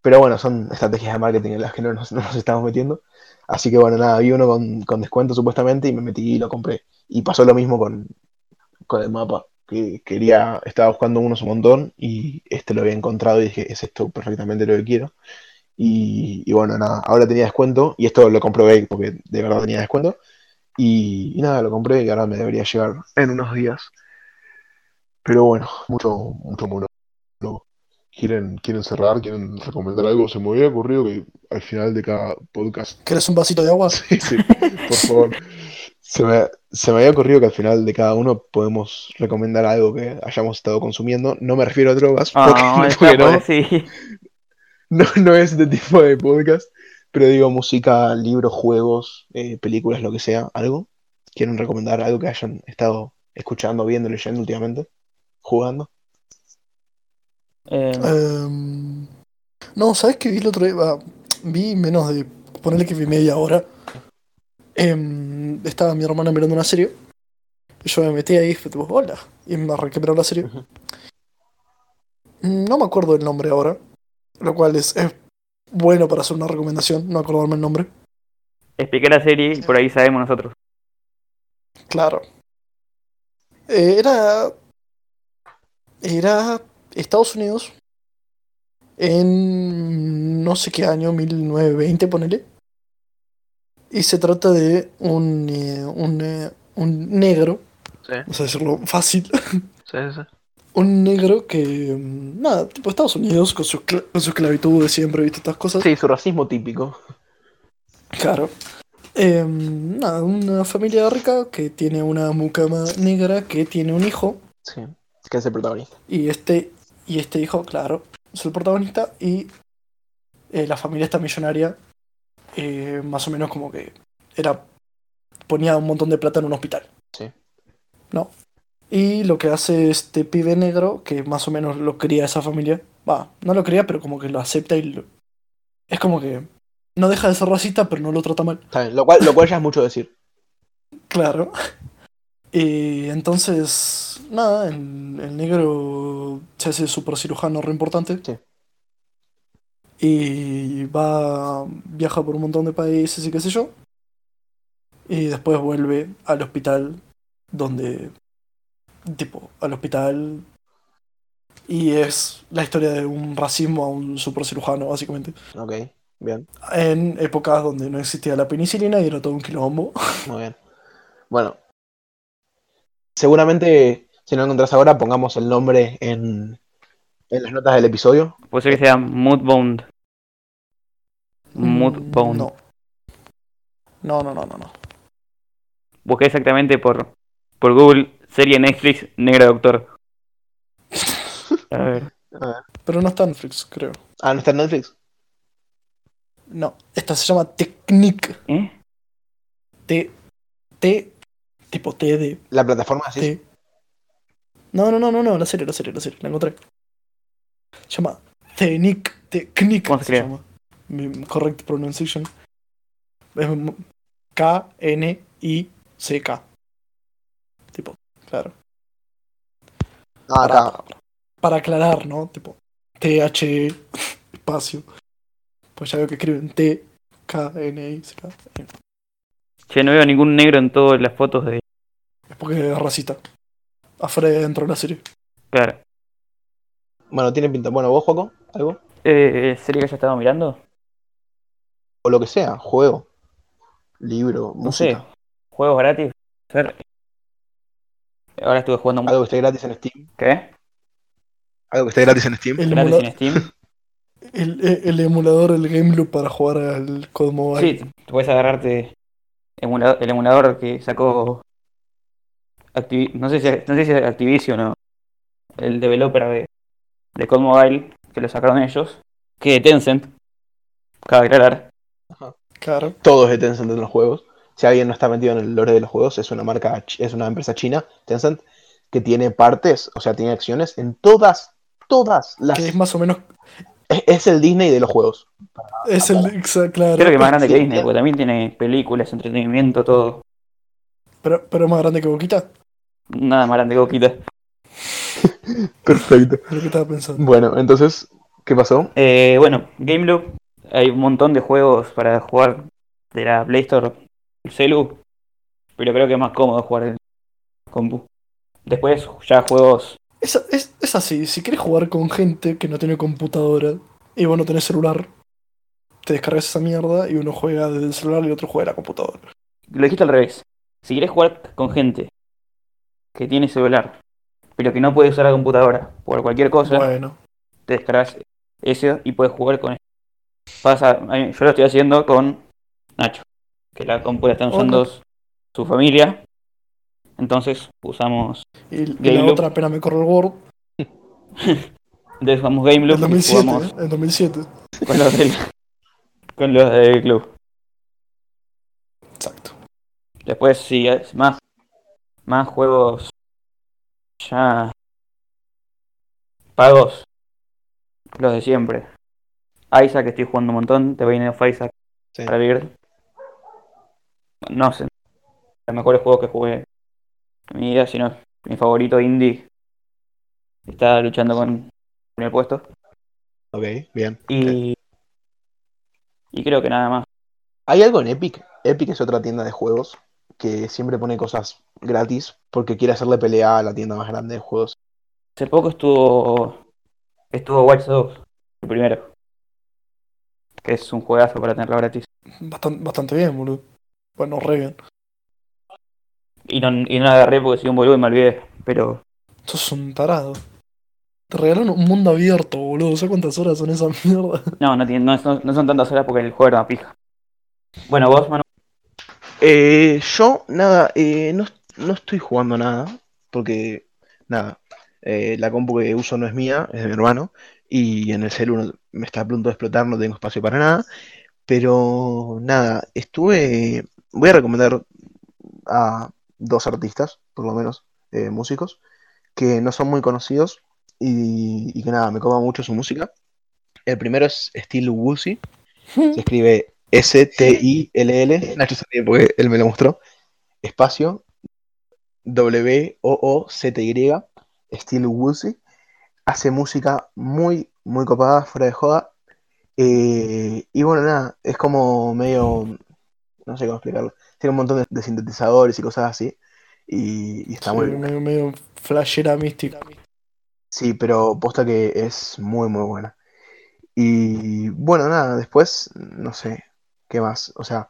S1: Pero bueno, son estrategias de marketing en las que no nos, no nos estamos metiendo. Así que bueno, nada, vi uno con, con descuento supuestamente y me metí y lo compré. Y pasó lo mismo con, con el mapa. Que quería, estaba buscando unos un montón y este lo había encontrado y dije, es esto perfectamente lo que quiero. Y, y bueno, nada, ahora tenía descuento y esto lo comprobé porque de verdad tenía descuento. Y, y nada, lo compré y ahora me debería llegar en unos días. Pero bueno, mucho, mucho mono.
S6: ¿Quieren, ¿Quieren cerrar? ¿Quieren recomendar algo? Se me había ocurrido que al final de cada podcast.
S3: ¿Querés un vasito de agua?
S6: Sí, sí, por favor.
S1: Se me, se me había ocurrido que al final de cada uno podemos recomendar algo que hayamos estado consumiendo. No me refiero a drogas, porque,
S2: Ah, está
S1: porque no,
S2: por decir.
S1: no, no es de tipo de podcast, pero digo música, libros, juegos, eh, películas, lo que sea, algo. ¿Quieren recomendar algo que hayan estado escuchando, viendo, leyendo últimamente? ¿Jugando?
S2: Eh,
S3: Em, no, ¿sabes qué vi el otro día? Va, vi menos de. Ponerle que vi media hora. Em, estaba mi hermana mirando una serie. Y yo me metí ahí y fue tipo, hola. Y me arranqué a mirar la serie.
S1: Ujú.
S3: No me acuerdo el nombre ahora. Lo cual es, es bueno para hacer una recomendación, no acordarme el nombre.
S2: expliqué la serie y por ahí sabemos nosotros.
S3: Claro. Eh, era. Era Estados Unidos. En no sé qué año, 1920, ponele. Y se trata de un, eh, un, eh, un negro.
S1: Sí.
S3: Vamos a decirlo fácil.
S1: Sí, sí.
S3: Un negro que. mm, Nada, tipo Estados Unidos con su, cla- con su esclavitud de siempre, ¿viste? Estas cosas.
S1: Sí, su racismo típico.
S3: Claro. Em, nada, una familia rica que tiene una mucama negra que tiene un hijo.
S1: Sí. Que es el protagonista.
S3: Y este, y este hijo, claro, es el protagonista y eh, la familia está millonaria, eh, más o menos como que era ponía un montón de plata en un hospital.
S1: Sí.
S3: ¿No? Y lo que hace este pibe negro, que más o menos lo cría esa familia, va, no lo cría, pero como que lo acepta y lo- es como que no deja de ser racista, pero no lo trata mal.
S1: Está bien, Lo cual, lo cual ya es mucho decir.
S3: Claro. Y entonces, nada, el, el negro se hace super cirujano re importante.
S1: Sí.
S3: Y va, viaja por un montón de países y qué sé yo. Y después vuelve al hospital donde, tipo, al hospital. Y es la historia de un racismo a un super cirujano, básicamente.
S1: Ok, bien,
S3: En épocas donde no existía la penicilina y era todo un quilombo.
S1: muy bien. Bueno. Seguramente, si no lo encontrás ahora, pongamos el nombre en, en las notas del episodio.
S2: Puede ser que sea Moodbound. Moodbound.
S3: Mm, No. No, no, no, no, no.
S2: Busqué exactamente por, por Google serie Netflix Negro Doctor. A ver.
S3: Pero no está en Netflix, creo.
S1: Ah, ¿no está en Netflix?
S3: No. Esta se llama Technique.
S2: ¿Eh?
S3: T. T. Tipo T de.
S1: La plataforma, sí.
S3: T. No, no, no, no, no. La serie, la serie, la serie. La encontré. Se llama Technique. Technique.
S2: ¿Cómo se escribe?
S3: llama. Mi correct pronunciation. Es m- K-N-I-C-K. Tipo, claro.
S1: Ah,
S3: Para,
S1: acá.
S3: para- para aclarar, ¿no? Tipo, TH espacio. Pues ya veo que escriben T, K, N, I, C, K.
S2: Che, no veo ningún negro en todas las fotos de.
S3: Es porque es racista. Afuera y adentro de la serie.
S2: Claro.
S1: Bueno, tiene pinta. Bueno, vos, Juaco, algo.
S2: Eh, ¿Serie que yo estaba mirando?
S1: O lo que sea, juego, libro,
S2: No sé.
S1: música.
S2: Juegos gratis. Ser- Ahora estuve jugando. mu-
S1: Algo que esté gratis en Steam.
S2: ¿Qué?
S1: Algo que esté gratis en Steam.
S3: El,
S2: Gratis
S3: emula-
S2: en Steam.
S3: el, el- el emulador, el Game Loop para jugar al COD Mobile.
S2: Sí, te puedes agarrarte emula- el emulador que sacó. Activi- no, sé si, no sé si es Activision o el developer de, de COD Mobile, que lo sacaron ellos, que de Tencent, cabe aclarar.
S3: Claro.
S1: Todos de Tencent en los juegos. Si alguien no está metido en el lore de los juegos, es una marca, chi- es una empresa china, Tencent, que tiene partes, o sea, tiene acciones en todas, todas las.
S3: Que es más o menos.
S1: Es, es el Disney de los juegos.
S3: Es el. exa-
S2: Creo que
S3: Claro.
S2: más grande que
S1: Sí,
S2: Disney,
S1: claro.
S2: porque también tiene películas, entretenimiento, todo.
S3: Pero, pero es más grande que Boquita.
S2: Nada más grande que Boquita.
S1: Perfecto.
S3: Es lo que estaba pensando.
S1: Bueno, entonces, ¿qué pasó?
S2: Eh, bueno, Game Loop, hay un montón de juegos para jugar de la Play Store el celu, pero creo que es más cómodo jugar en compu. Después ya juegos,
S3: Es, es, es así. Si quieres jugar con gente que no tiene computadora y vos no tenés celular, te descargas esa mierda y uno juega desde el celular y el otro juega en la computadora.
S2: Lo dijiste al revés. Si querés jugar con gente que tiene celular, pero que no puede usar la computadora por cualquier cosa,
S3: Bueno,
S2: te descargas eso y puedes jugar con él. Pasa, a mí- yo lo estoy haciendo con Nacho, que la compu la están
S3: Ok.
S2: usando su familia. Entonces usamos,
S3: y, y
S2: Game
S3: la
S2: Loop.
S3: otra apenas me corre el Word,
S2: entonces usamos Game
S3: el
S2: Loop y
S3: 2007,
S2: jugamos
S3: el 2007.
S2: con los del, con los del club.
S3: Exacto.
S2: Después sí, es más, más juegos ya pagos, los de siempre. Isaac, que estoy jugando un montón, te viene of Isaac
S1: Sí.
S2: para vivir. No sé, los mejores juegos que jugué en mi vida, sino mi favorito indie está luchando con con el puesto.
S1: Ok, bien.
S2: Y, y creo que nada más.
S1: Hay algo en Epic. Epic es otra tienda de juegos que siempre pone cosas gratis porque quiere hacerle pelea a la tienda más grande de juegos.
S2: Hace poco estuvo estuvo Watch Dogs, el primero. Que es un juegazo para tenerlo gratis.
S3: Bastan- bastante bien, boludo. Bueno, re bien.
S2: Y no, y no la agarré porque soy un boludo y me olvidé. Pero
S3: Sos un tarado. Te regalan un mundo abierto, boludo. ¿Sabes cuántas horas son esa mierda?
S2: no, no, tiene- no, no- no son tantas horas porque el juego era una pija. Bueno, vos, Manu,
S1: Eh, yo, nada, eh, no, no estoy jugando nada porque, nada, eh, la compu que uso no es mía, es de mi hermano y en el celu no- me está a punto de explotar, no tengo espacio para nada. Pero, nada, estuve. Voy a recomendar a dos artistas, por lo menos, eh, músicos, que no son muy conocidos y, y que, nada, me coma mucho su música. El primero es Steel Woozy. Se escribe S-T-I-L-L. Nacho se ríe porque él me lo mostró. Espacio W-O-O-Z-Y. Steel Woolsey. Hace música muy, muy copada, fuera de joda. Eh, y bueno, nada, es como medio. No sé cómo explicarlo. Tiene un montón de, de sintetizadores y cosas así. Y, y está muy
S3: Sí,
S1: bien.
S3: medio, medio flashera mística.
S1: Sí, pero posta que es muy, muy buena. Y bueno, nada, después, no sé, ¿qué más? O sea,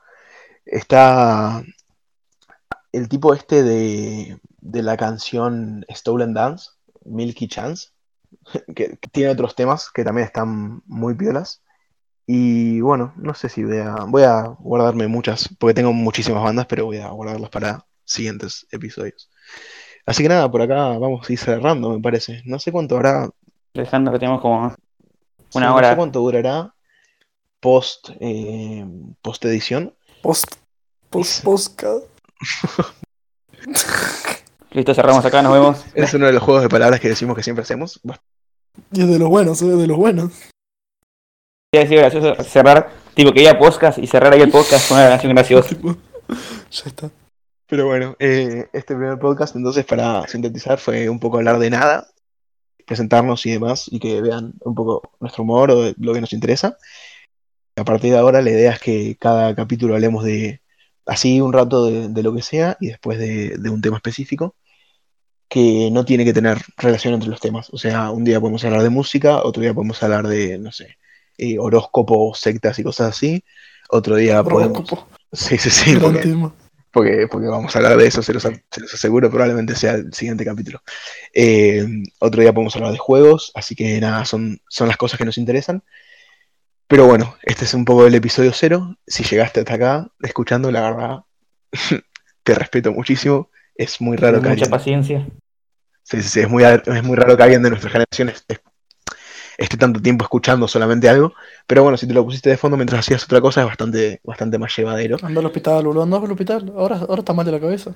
S1: está el tipo este de, de la canción Stolen Dance, Milky Chance, que, que tiene otros temas que también están muy piolas. Y bueno, no sé si voy a, voy a guardarme muchas, porque tengo muchísimas bandas, pero voy a guardarlas para siguientes episodios. Así que nada, por acá vamos a ir cerrando, me parece. No sé cuánto habrá,
S2: dejando que tenemos como
S1: sí,
S2: una
S1: no sé
S2: hora.
S1: cuánto durará post, eh, post edición.
S3: Post. Post. Postca.
S2: Listo, cerramos acá, nos vemos.
S1: Es uno de los juegos de palabras que decimos que siempre hacemos.
S3: Y es de los buenos, es de los buenos.
S2: Quería decir gracioso cerrar, tipo que iba podcast y cerrar ahí el podcast con una canción graciosa.
S3: Tipo, ya está.
S1: Pero bueno, eh, este primer podcast, entonces, para sintetizar, fue un poco hablar de nada, presentarnos y demás, y que vean un poco nuestro humor o lo que nos interesa. A partir de ahora, la idea es que cada capítulo hablemos de así un rato de, de lo que sea y después de, de un tema específico que no tiene que tener relación entre los temas. O sea, un día podemos hablar de música, otro día podemos hablar de, no sé, eh, horóscopos, sectas y cosas así. Otro día podemos...
S3: Horóscopo.
S1: Sí, sí, sí.
S3: Gran
S1: porque-
S3: tema.
S1: porque, porque vamos a hablar de eso, se los, a- se los aseguro, probablemente sea el siguiente capítulo. Eh, otro día podemos hablar de juegos, así que nada, son, son las cosas que nos interesan. Pero bueno, este es un poco el episodio cero. Si llegaste hasta acá escuchando, la verdad, te respeto muchísimo. Es muy raro que
S2: Mucha
S1: alguien,
S2: paciencia.
S1: sí, sí, sí, es muy, ar- es muy raro que alguien de nuestra generación es- es- esté tanto tiempo escuchando solamente algo. Pero bueno, si te lo pusiste de fondo mientras hacías otra cosa, es bastante, bastante más llevadero.
S3: Anda al hospital, boludo. Anda al hospital. Ahora, ahora está mal de la cabeza.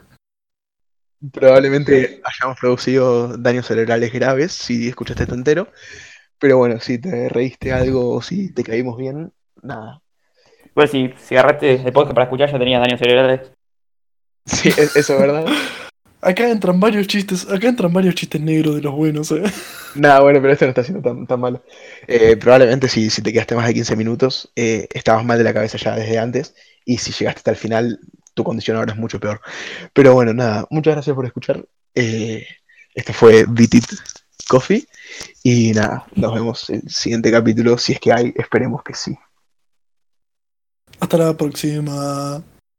S1: Probablemente hayamos producido daños cerebrales graves si escuchaste esto entero. Pero bueno, si te reíste algo o si te caímos bien, nada.
S2: Igual si, si agarraste el podcast para escuchar ya tenías eh. daños cerebrales.
S1: Sí, e- eso es verdad.
S3: Acá entran varios chistes. Acá entran varios chistes negros de los buenos, eh.
S1: Nada, bueno, pero esto no está siendo tan, tan malo. Eh, probablemente si, si te quedaste más de 15 minutos, eh, estabas mal de la cabeza ya desde antes. Y si llegaste hasta el final, tu condición ahora es mucho peor. Pero bueno, nada, muchas gracias por escuchar. Eh, esto fue Beat It Coffee. Y nada, nos vemos en el siguiente capítulo. Si es que hay, esperemos que sí.
S3: Hasta la próxima.